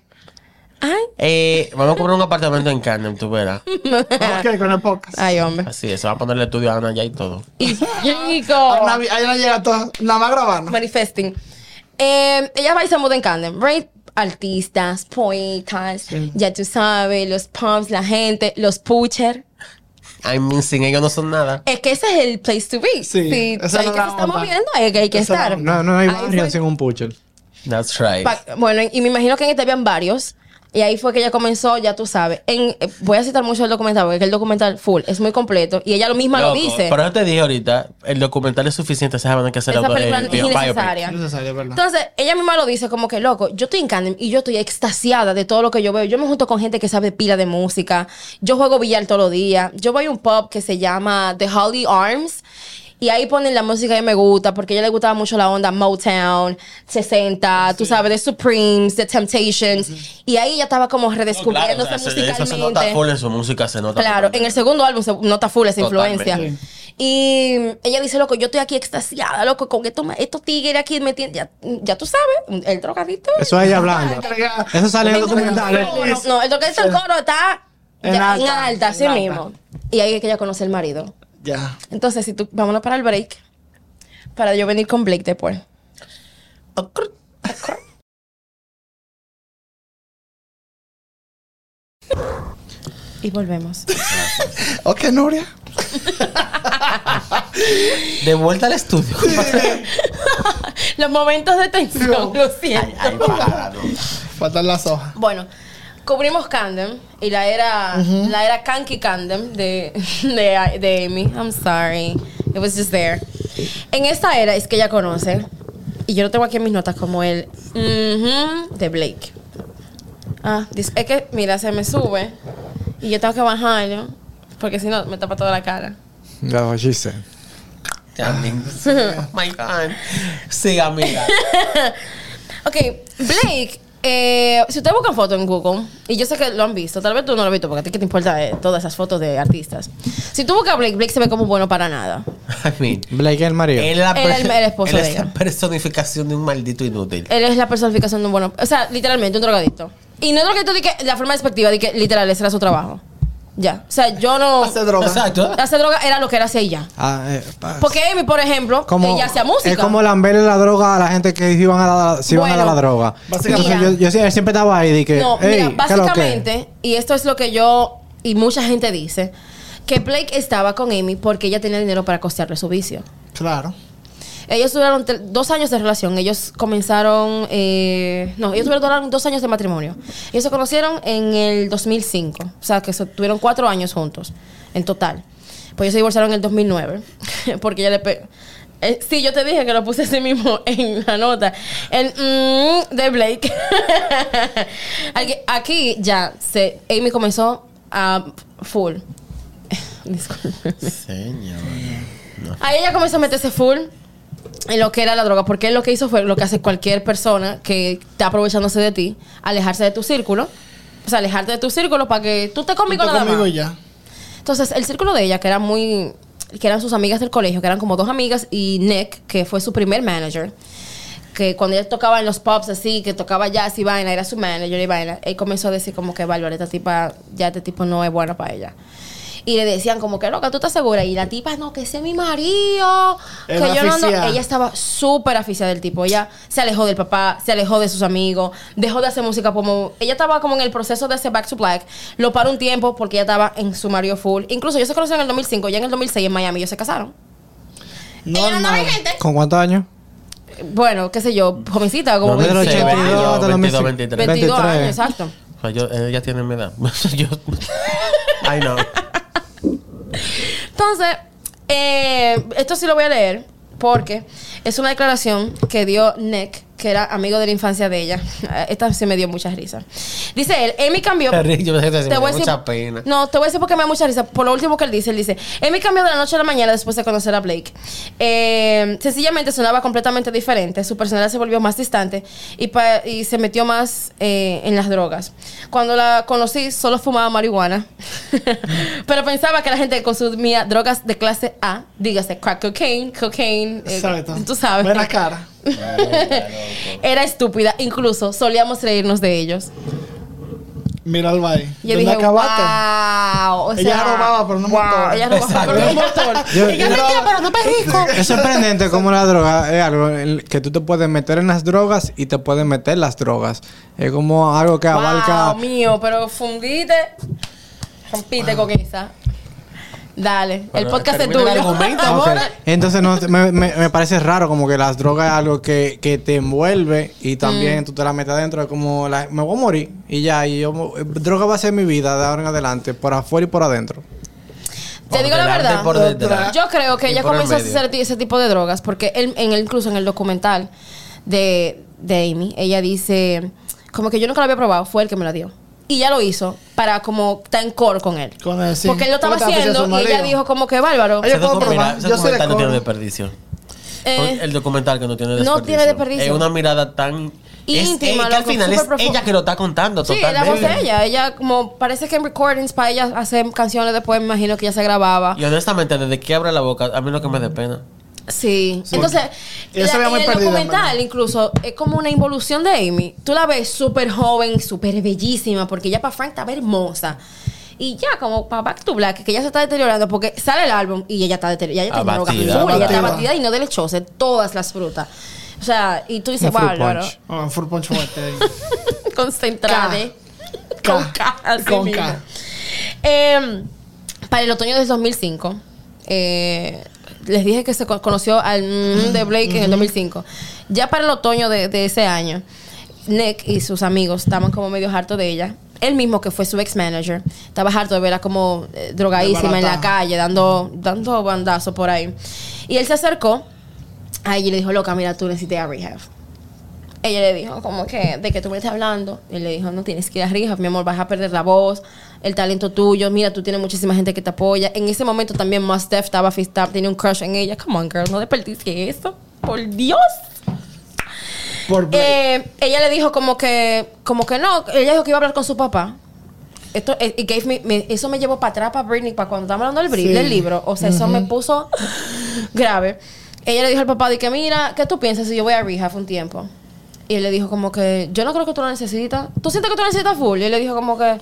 Speaker 2: Ay,
Speaker 3: Eh, vamos a comprar un apartamento en Camden, tú verás.
Speaker 1: Ok, con el podcast.
Speaker 2: ay, hombre.
Speaker 3: Así es, se va a poner el estudio a Ana ya y todo.
Speaker 2: Y
Speaker 1: Ahí
Speaker 2: chico.
Speaker 1: no había- ahí no llega todo. Nada más grabando.
Speaker 2: Manifesting. Eh, ella va y se muda en Camden, right? Artistas, poetas, ya tú sabes, los pubs, la gente, los puchers.
Speaker 3: I mean, sin ellos no son nada.
Speaker 2: Es que ese es el place to be.
Speaker 1: Sí,
Speaker 2: si
Speaker 1: esa
Speaker 2: hay
Speaker 1: es
Speaker 2: que
Speaker 1: la
Speaker 2: se está
Speaker 1: onda.
Speaker 2: moviendo, hay que, hay que
Speaker 1: Esa es la
Speaker 2: estar.
Speaker 1: onda.
Speaker 4: No, no hay
Speaker 2: Ahí
Speaker 4: barrio
Speaker 2: fue-
Speaker 4: sin un puchel.
Speaker 3: That's right.
Speaker 2: Pa- bueno, y me imagino que en este habían varios. Y ahí fue que ella comenzó, ya tú sabes. En, eh, voy a citar mucho el documental, porque el documental full es muy completo. Y ella lo misma lo
Speaker 3: Loco,
Speaker 2: dice.
Speaker 3: Por eso te dije ahorita, el documental es suficiente, se van a que hacer
Speaker 2: Esa
Speaker 3: auto-
Speaker 2: película
Speaker 3: el
Speaker 2: es
Speaker 3: bio- biopic.
Speaker 2: innecesaria.
Speaker 1: Necesario, ¿verdad?
Speaker 2: Entonces, ella misma lo dice como que, loco, yo estoy en Camden y yo estoy extasiada de todo lo que yo veo. Yo me junto con gente que sabe pila de música. Yo juego billar todos los días. Yo voy a un pub que se llama The Holly Arms. Y ahí ponen la música que me gusta, porque a ella le gustaba mucho la onda Motown, 60, tú sabes, The Supremes, The Temptations. Y ahí ella estaba como
Speaker 3: No, claro,
Speaker 2: redescubriéndose
Speaker 3: o sea, se- eso se
Speaker 2: musicalmente.
Speaker 3: nota full en su música, se nota.
Speaker 2: Claro, en el segundo álbum se nota full esa
Speaker 3: Totalmente.
Speaker 2: influencia. Y ella dice, loco, yo estoy aquí extasiada, loco, con estos, ma- estos tigres aquí, me tienen- ya, ya tú sabes, el drogadito.
Speaker 4: Eso es ella hablando. Eso sale en el documental. ¿eh?
Speaker 2: No, no, el drogadito del coro está ya- en alta, así mismo. Y ahí es que ella conoce al marido.
Speaker 1: Ya.
Speaker 2: Entonces, si tú, vámonos para el break, para yo venir con Blake después. Y volvemos.
Speaker 1: Ok, Nuria.
Speaker 3: De vuelta al estudio.
Speaker 2: Los momentos de tensión, lo siento.
Speaker 1: Faltan las hojas.
Speaker 2: Bueno, cubrimos Candem y la era, la era Kanky Candem de, de, de Amy. I'm sorry. It was just there. En esta era es que ella conoce, y yo lo tengo aquí en mis notas como el ujú de Blake. Ah, dis- es que, mira, se me sube y yo tengo que bajarlo, porque si no me tapa toda la cara.
Speaker 4: That's what she said.
Speaker 3: También. oh my God. Sí, amiga.
Speaker 2: Ok, Blake, eh, si ustedes buscan fotos en Google, y yo sé que lo han visto, tal vez tú no lo has visto, porque a ti que te importa eh, todas esas fotos de artistas. Si tú buscas a Blake, Blake se ve como bueno para nada.
Speaker 3: I mean,
Speaker 4: Blake es el marido.
Speaker 3: él, es la
Speaker 2: Él es el-
Speaker 3: perso-
Speaker 2: el esposo
Speaker 3: él
Speaker 2: de
Speaker 3: es la
Speaker 2: ella.
Speaker 3: personificación de un maldito inútil.
Speaker 2: Él es la personificación de un bueno. O sea, literalmente, un drogadicto. Y no drogadicto de que, la forma despectiva de que literal, ese era su trabajo. Ya. O sea, yo no.
Speaker 1: Hace droga.
Speaker 3: Exacto.
Speaker 2: Hacer droga era lo que era hacer ella.
Speaker 4: Ah, eh, pa-
Speaker 2: Porque Amy, por ejemplo,
Speaker 4: como-
Speaker 2: ella hacía música.
Speaker 4: Es como lamberle la droga a la gente que se iban a dar, se iban a dar
Speaker 2: Bueno,
Speaker 4: la droga.
Speaker 1: básicamente-
Speaker 4: Entonces, yo, yo sí- él siempre estaba ahí de que.
Speaker 2: No, mira,
Speaker 4: "Ey, ¿qué es lo que?"
Speaker 2: básicamente, y esto es lo que yo y mucha gente dice, que Blake estaba con Amy porque ella tenía dinero para costearle su vicio.
Speaker 1: Claro.
Speaker 2: Ellos tuvieron tre- dos años de relación. Ellos comenzaron. eh, no, ellos tuvieron duraron dos años de matrimonio. Ellos se conocieron en el 2005. O sea, que se- tuvieron cuatro años juntos en total. Pues ellos se divorciaron en el 2009. Porque ella le. pe- Eh, sí, yo te dije que lo puse así mismo en la nota. El mm de Blake. Aquí- Aquí ya se, Amy comenzó a full. Disculpe.
Speaker 3: Señor.
Speaker 2: Ahí ella comenzó a meterse full en lo que era la droga, porque él lo que hizo fue lo que hace cualquier persona que está aprovechándose de ti, alejarse de tu círculo. O sea, alejarte de tu círculo para que tú te conmigo
Speaker 1: Tú
Speaker 2: nada
Speaker 1: conmigo
Speaker 2: más.
Speaker 1: ya.
Speaker 2: Entonces, el círculo de ella, que era muy. que eran sus amigas del colegio, que eran como dos amigas, y Nick, que fue su primer manager, que cuando ella tocaba en los pubs así, que tocaba jazz y vaina, era su manager y vaina, él comenzó a decir como que, Bárbara, esta tipa, ya este tipo no es bueno para ella. Y le decían como que, loca, ¿tú estás segura? Y la tipa, no, que ese es mi marido. Que
Speaker 1: Era
Speaker 2: yo no ando-".
Speaker 1: aficiada.
Speaker 2: Ella estaba súper aficiada del tipo. Ella se alejó del papá, se alejó de sus amigos, dejó de hacer música como... Ella estaba como en el proceso de hacer Back to Black. Lo paró un tiempo porque ella estaba en su Mario Full. Incluso ellos se conocieron en el 2005. Ya en el 2006 en Miami ellos se casaron.
Speaker 1: No,
Speaker 2: Ella andaba
Speaker 1: nada.
Speaker 2: en gente.
Speaker 4: ¿Con cuántos años?
Speaker 2: Bueno, qué sé yo, jovencita, como...
Speaker 3: No, del
Speaker 2: 22,
Speaker 3: 82,
Speaker 2: años.
Speaker 3: 22,
Speaker 2: 22
Speaker 3: 23.
Speaker 2: años, exacto.
Speaker 3: O sea, yo- ella tiene mi edad. yo. Ay, no.
Speaker 2: Entonces, eh, esto sí lo voy a leer porque es una declaración que dio Nick, que era amigo de la infancia de ella. Esta sí me dio mucha risa. Dice él, Amy cambió...
Speaker 3: Yo me
Speaker 2: Te
Speaker 3: Este me
Speaker 2: voy a
Speaker 3: da
Speaker 2: decir-
Speaker 3: mucha pena.
Speaker 2: No, te voy a decir porque me da mucha risa. Por lo último que él dice, él dice, Amy cambió de la noche a la mañana después de conocer a Blake. Eh, sencillamente sonaba completamente diferente, su personalidad se volvió más distante y, pa- y se metió más eh, en las drogas. Cuando la conocí solo fumaba marihuana, pero pensaba que la gente que consumía drogas de clase A, dígase crack cocaine, cocaine, eh,
Speaker 1: Exacto.
Speaker 2: tú sabes.
Speaker 1: Buena cara.
Speaker 2: Era estúpida, incluso solíamos reírnos de ellos.
Speaker 1: Mira al baile.
Speaker 2: Yo
Speaker 1: ¿Dónde
Speaker 2: dije,
Speaker 1: acabaste?
Speaker 2: wow. O sea,
Speaker 1: Ella robaba, pero no
Speaker 2: wow,
Speaker 1: montaba.
Speaker 2: Ella robaba, pero no montaba.
Speaker 4: Yo-
Speaker 2: Ella metía, pero no pellizco.
Speaker 4: Es sorprendente cómo la droga es algo en el que tú te puedes meter en las drogas y te pueden meter las drogas. Es como algo que abarca.
Speaker 2: Wow, mío, pero fundite. Rompite con esa. Dale, el
Speaker 3: Pero
Speaker 2: podcast es tuyo.
Speaker 3: termina el argumento,
Speaker 4: Ah, Ok.
Speaker 3: amor.
Speaker 4: Entonces no, me, me- me parece raro como que las drogas es algo que, que te envuelve y también tú te la metes adentro. Es como la- me voy a morir y ya. Y yo, mo- droga va a ser mi vida de ahora en adelante, por afuera y por adentro.
Speaker 2: Te
Speaker 3: Por
Speaker 2: digo la
Speaker 3: delante,
Speaker 2: verdad.
Speaker 3: por detrás.
Speaker 2: Yo creo que
Speaker 3: Y
Speaker 2: ella
Speaker 3: por el
Speaker 2: comenzó a
Speaker 3: medio.
Speaker 2: hacer ese tipo de drogas porque él, en el, incluso en el documental de, de Amy, ella dice, como que yo nunca lo había probado, fue él que me la dio. Y ya lo hizo para como estar en coro con él.
Speaker 1: Con él, sí.
Speaker 2: Porque él lo estaba
Speaker 1: ¿Cómo te haces
Speaker 2: haciendo
Speaker 1: eso,
Speaker 2: y ella
Speaker 1: marido?
Speaker 2: dijo como que bárbaro.
Speaker 1: Ay, Yo
Speaker 3: Ese
Speaker 1: puedo
Speaker 3: documental-
Speaker 1: probar,
Speaker 3: ese
Speaker 1: yo soy de
Speaker 3: documental no tiene
Speaker 1: Coro.
Speaker 3: desperdicio.
Speaker 2: Eh,
Speaker 3: El documental que no tiene
Speaker 2: No
Speaker 3: desperdicio.
Speaker 2: tiene desperdicio.
Speaker 3: Es una mirada tan es-
Speaker 2: Íntima,
Speaker 3: es que al
Speaker 2: loco,
Speaker 3: final es
Speaker 2: súper profunda.
Speaker 3: ella que lo está contando
Speaker 2: Sí,
Speaker 3: totalmente.
Speaker 2: la voz de ella. Ella, como parece que en recordings para ella hacer canciones después, me imagino que ya se grababa.
Speaker 3: Y honestamente, desde que abre la boca, a mí lo que me da pena.
Speaker 2: Sí. Entonces,
Speaker 1: Ella se
Speaker 2: la-
Speaker 1: veía muy
Speaker 2: en el
Speaker 1: perdida, en
Speaker 2: documental
Speaker 1: verdad.
Speaker 2: incluso es como una involución de Amy. Tú la ves súper joven, súper bellísima, porque ya para Frank estaba hermosa. Y ya, como para Back to Black, que ya se está deteriorando, porque sale el álbum y ella está deteriorada.
Speaker 3: Ah,
Speaker 2: Ella, está
Speaker 3: Abatida.
Speaker 2: droga full, ella está
Speaker 1: Abatida.
Speaker 2: abatida y no del choce, todas las frutas. O sea, y tú dices,
Speaker 4: Un fruit punch.
Speaker 2: bárbaro,
Speaker 1: Oh, full punch fuerte. ahí.
Speaker 2: concentrada.
Speaker 1: K.
Speaker 2: Con K. así
Speaker 1: Con
Speaker 2: mismo.
Speaker 1: K.
Speaker 2: Eh, para el otoño del 2005, eh, les dije que se co- conoció al mm de Blake en el 2005. Ya para el otoño de, de ese año, Nick y sus amigos estaban como medio hartos de ella. Él mismo, que fue su ex manager, estaba harto de verla como eh, drogadísima en la
Speaker 1: Desbaratada.
Speaker 2: calle, dando, dando bandazos por ahí. Y él se acercó a ella y le dijo, loca, mira, tú necesitas ir a rehab. Ella le dijo, como que, ¿de que tú me estás hablando? Y él le dijo, no tienes que ir a rehab, mi amor, vas a perder la voz, el talento tuyo, mira, tú tienes muchísima gente que te apoya. En ese momento también Must Def estaba fist up, tenía un crush en ella. Come on, girl, no desperdicies eso. Por Dios.
Speaker 1: Por break.
Speaker 2: Eh, ella le dijo como que, como que no, ella dijo que iba a hablar con su papá. Esto, eh, it gave me- me- eso me llevó para atrás para Britney, para cuando estábamos hablando del, bri-
Speaker 1: Sí.
Speaker 2: del libro. O sea, eso me puso grave. Ella le dijo al papá, de que mira, ¿qué tú piensas si yo voy a rehab un tiempo? Y él le dijo como que, yo no creo que tú lo necesitas. ¿Tú sientes que tú lo necesitas full? Y él le dijo como que,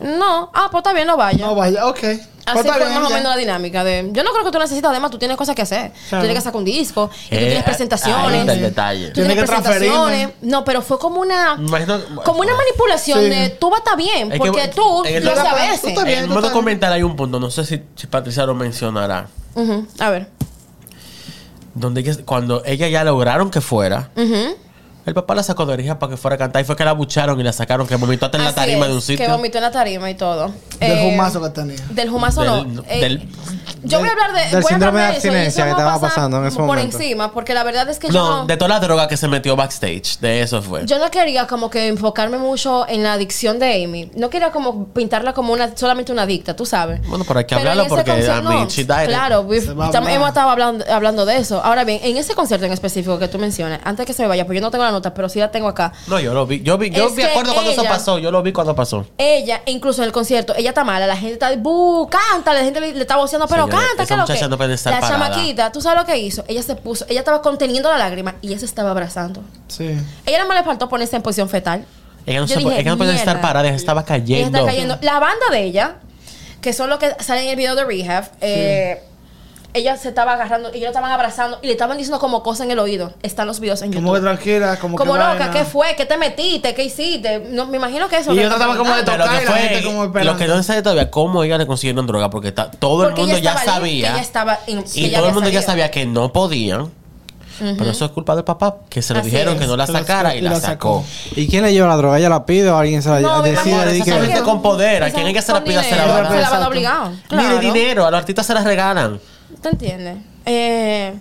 Speaker 2: no, ah, pues está bien, no vaya.
Speaker 1: no vaya, ok. Pues
Speaker 2: Así
Speaker 1: está
Speaker 2: fue
Speaker 1: bien,
Speaker 2: más o
Speaker 1: ya.
Speaker 2: menos la dinámica de. Yo no creo que tú necesitas, además tú tienes cosas que hacer.
Speaker 1: Claro.
Speaker 2: Tú tienes que sacar un disco, y tú
Speaker 3: Eh,
Speaker 2: tienes
Speaker 3: ahí
Speaker 2: presentaciones.
Speaker 3: está el detalle.
Speaker 2: Tú
Speaker 1: Tienes
Speaker 2: tienes
Speaker 1: que
Speaker 2: presentaciones.
Speaker 1: transferirme.
Speaker 2: No, pero fue como una.
Speaker 3: Me imagino-
Speaker 2: Como una manipulación
Speaker 1: Sí.
Speaker 2: de tú vas a estar bien,
Speaker 3: Es que-
Speaker 2: porque tú
Speaker 3: en el-
Speaker 2: lo
Speaker 3: tú
Speaker 2: sabes.
Speaker 1: estás bien.
Speaker 3: En un
Speaker 1: total.
Speaker 3: documental hay un punto, no sé si, si Patricia lo mencionará,
Speaker 2: Ujú, A ver.
Speaker 3: donde ella- cuando ella ya lograron que fuera,
Speaker 2: Ujú.
Speaker 3: el papá la sacó de orilla para que fuera a cantar y fue que la bucharon y la sacaron, que vomitó hasta en la
Speaker 2: Así
Speaker 3: tarima
Speaker 2: es,
Speaker 3: de un sitio.
Speaker 2: Que vomitó en la tarima y todo.
Speaker 1: Del
Speaker 2: Eh,
Speaker 1: humazo que tenía.
Speaker 2: Del humazo
Speaker 3: Del-
Speaker 2: no.
Speaker 3: no,
Speaker 2: Eh,
Speaker 3: del-
Speaker 2: yo voy a hablar de.
Speaker 4: del
Speaker 2: voy a
Speaker 4: síndrome
Speaker 2: hablar
Speaker 4: de
Speaker 2: eso y
Speaker 4: abstinencia
Speaker 2: eso
Speaker 4: que
Speaker 2: vamos a
Speaker 4: estaba
Speaker 2: pasar
Speaker 4: pasando en ese
Speaker 2: Por
Speaker 4: momento.
Speaker 2: encima, porque la verdad es que yo.
Speaker 3: No, de toda la droga que se metió backstage, de eso fue.
Speaker 2: Yo no quería como que enfocarme mucho en la adicción de Amy. No quería como pintarla como una solamente una adicta, tú sabes.
Speaker 3: Bueno, pero hay que
Speaker 2: en
Speaker 3: hablarlo
Speaker 2: ese
Speaker 3: porque,
Speaker 2: concierto-
Speaker 3: I mean, she died.
Speaker 2: Claro, we've-
Speaker 1: Se va a
Speaker 2: tam-
Speaker 1: hablar.
Speaker 2: hemos estado hablando, hablando de eso. Ahora bien, en ese concierto en específico que tú mencionas, antes que se me vaya, pues yo no tengo la nota, pero sí la tengo acá.
Speaker 3: no, yo lo vi. Yo vi, yo
Speaker 2: Es
Speaker 3: me
Speaker 2: que
Speaker 3: acuerdo cuando eso
Speaker 2: ella-
Speaker 3: pasó. Yo lo vi cuando pasó.
Speaker 2: Ella, incluso en el concierto, ella está mala, la gente está, ¡bu! ¡Canta! La gente le, le está voceando, pero
Speaker 3: Señores,
Speaker 2: canta,
Speaker 3: esa
Speaker 2: ¿qué es lo
Speaker 3: muchacha
Speaker 2: que?
Speaker 3: no puede estar
Speaker 2: la
Speaker 3: parada.
Speaker 2: chamaquita, ¿tú sabes lo que hizo? Ella se puso, ella estaba conteniendo la lágrima y ella se estaba abrazando.
Speaker 1: Sí.
Speaker 2: Ella nada más le faltó ponerse en posición fetal.
Speaker 3: Ella no,
Speaker 2: Yo
Speaker 3: se,
Speaker 2: dije,
Speaker 3: ella no podía estar
Speaker 2: "Mierda".
Speaker 3: parada, ella estaba
Speaker 2: Ella
Speaker 3: cayendo.
Speaker 2: está cayendo. La banda de ella, que son los que salen en el video de Rehab, eh, ella se estaba agarrando, ellos la estaban abrazando y le estaban diciendo como cosas en el oído. Están los videos en YouTube.
Speaker 1: Como que tranquila, como,
Speaker 2: Como
Speaker 1: que
Speaker 2: loca,
Speaker 1: vaina.
Speaker 2: ¿qué fue? ¿Qué te metiste? ¿Qué hiciste? No, me imagino que eso.
Speaker 1: Y
Speaker 2: lo que
Speaker 1: yo trataba
Speaker 2: estaba
Speaker 1: como de
Speaker 2: hablando.
Speaker 3: Pero lo
Speaker 1: tocar
Speaker 3: que
Speaker 1: y la gente como
Speaker 3: fue,
Speaker 1: esperando.
Speaker 3: lo que no se sabe todavía cómo ella le consiguieron droga, porque está- todo el
Speaker 2: Porque
Speaker 3: mundo ya
Speaker 2: estaba libre,
Speaker 3: sabía.
Speaker 2: que Ella estaba en- que
Speaker 3: Y
Speaker 2: ella
Speaker 3: todo el
Speaker 2: había
Speaker 3: mundo ya
Speaker 2: salido.
Speaker 3: sabía que no podían. Pero eso es culpa del papá, que se lo
Speaker 2: Así
Speaker 3: dijeron
Speaker 2: es,
Speaker 3: que no la
Speaker 1: que la
Speaker 3: sacara
Speaker 1: sacó-
Speaker 3: y la sacó.
Speaker 4: ¿Y quién le lleva la droga? ¿Ella la pide o alguien se la
Speaker 2: No, mi
Speaker 4: decide?
Speaker 2: amor,
Speaker 4: di
Speaker 3: esa
Speaker 4: que-
Speaker 3: gente con poder, a
Speaker 2: esa-
Speaker 3: quien hay que se la
Speaker 2: con
Speaker 3: pida, se la
Speaker 2: dinero,
Speaker 1: van a
Speaker 2: Se la
Speaker 1: dar.
Speaker 2: van a obligar.
Speaker 3: Mire,
Speaker 2: Claro.
Speaker 3: dinero, a los artistas se las regalan.
Speaker 2: ¿Te entiendes? Eh,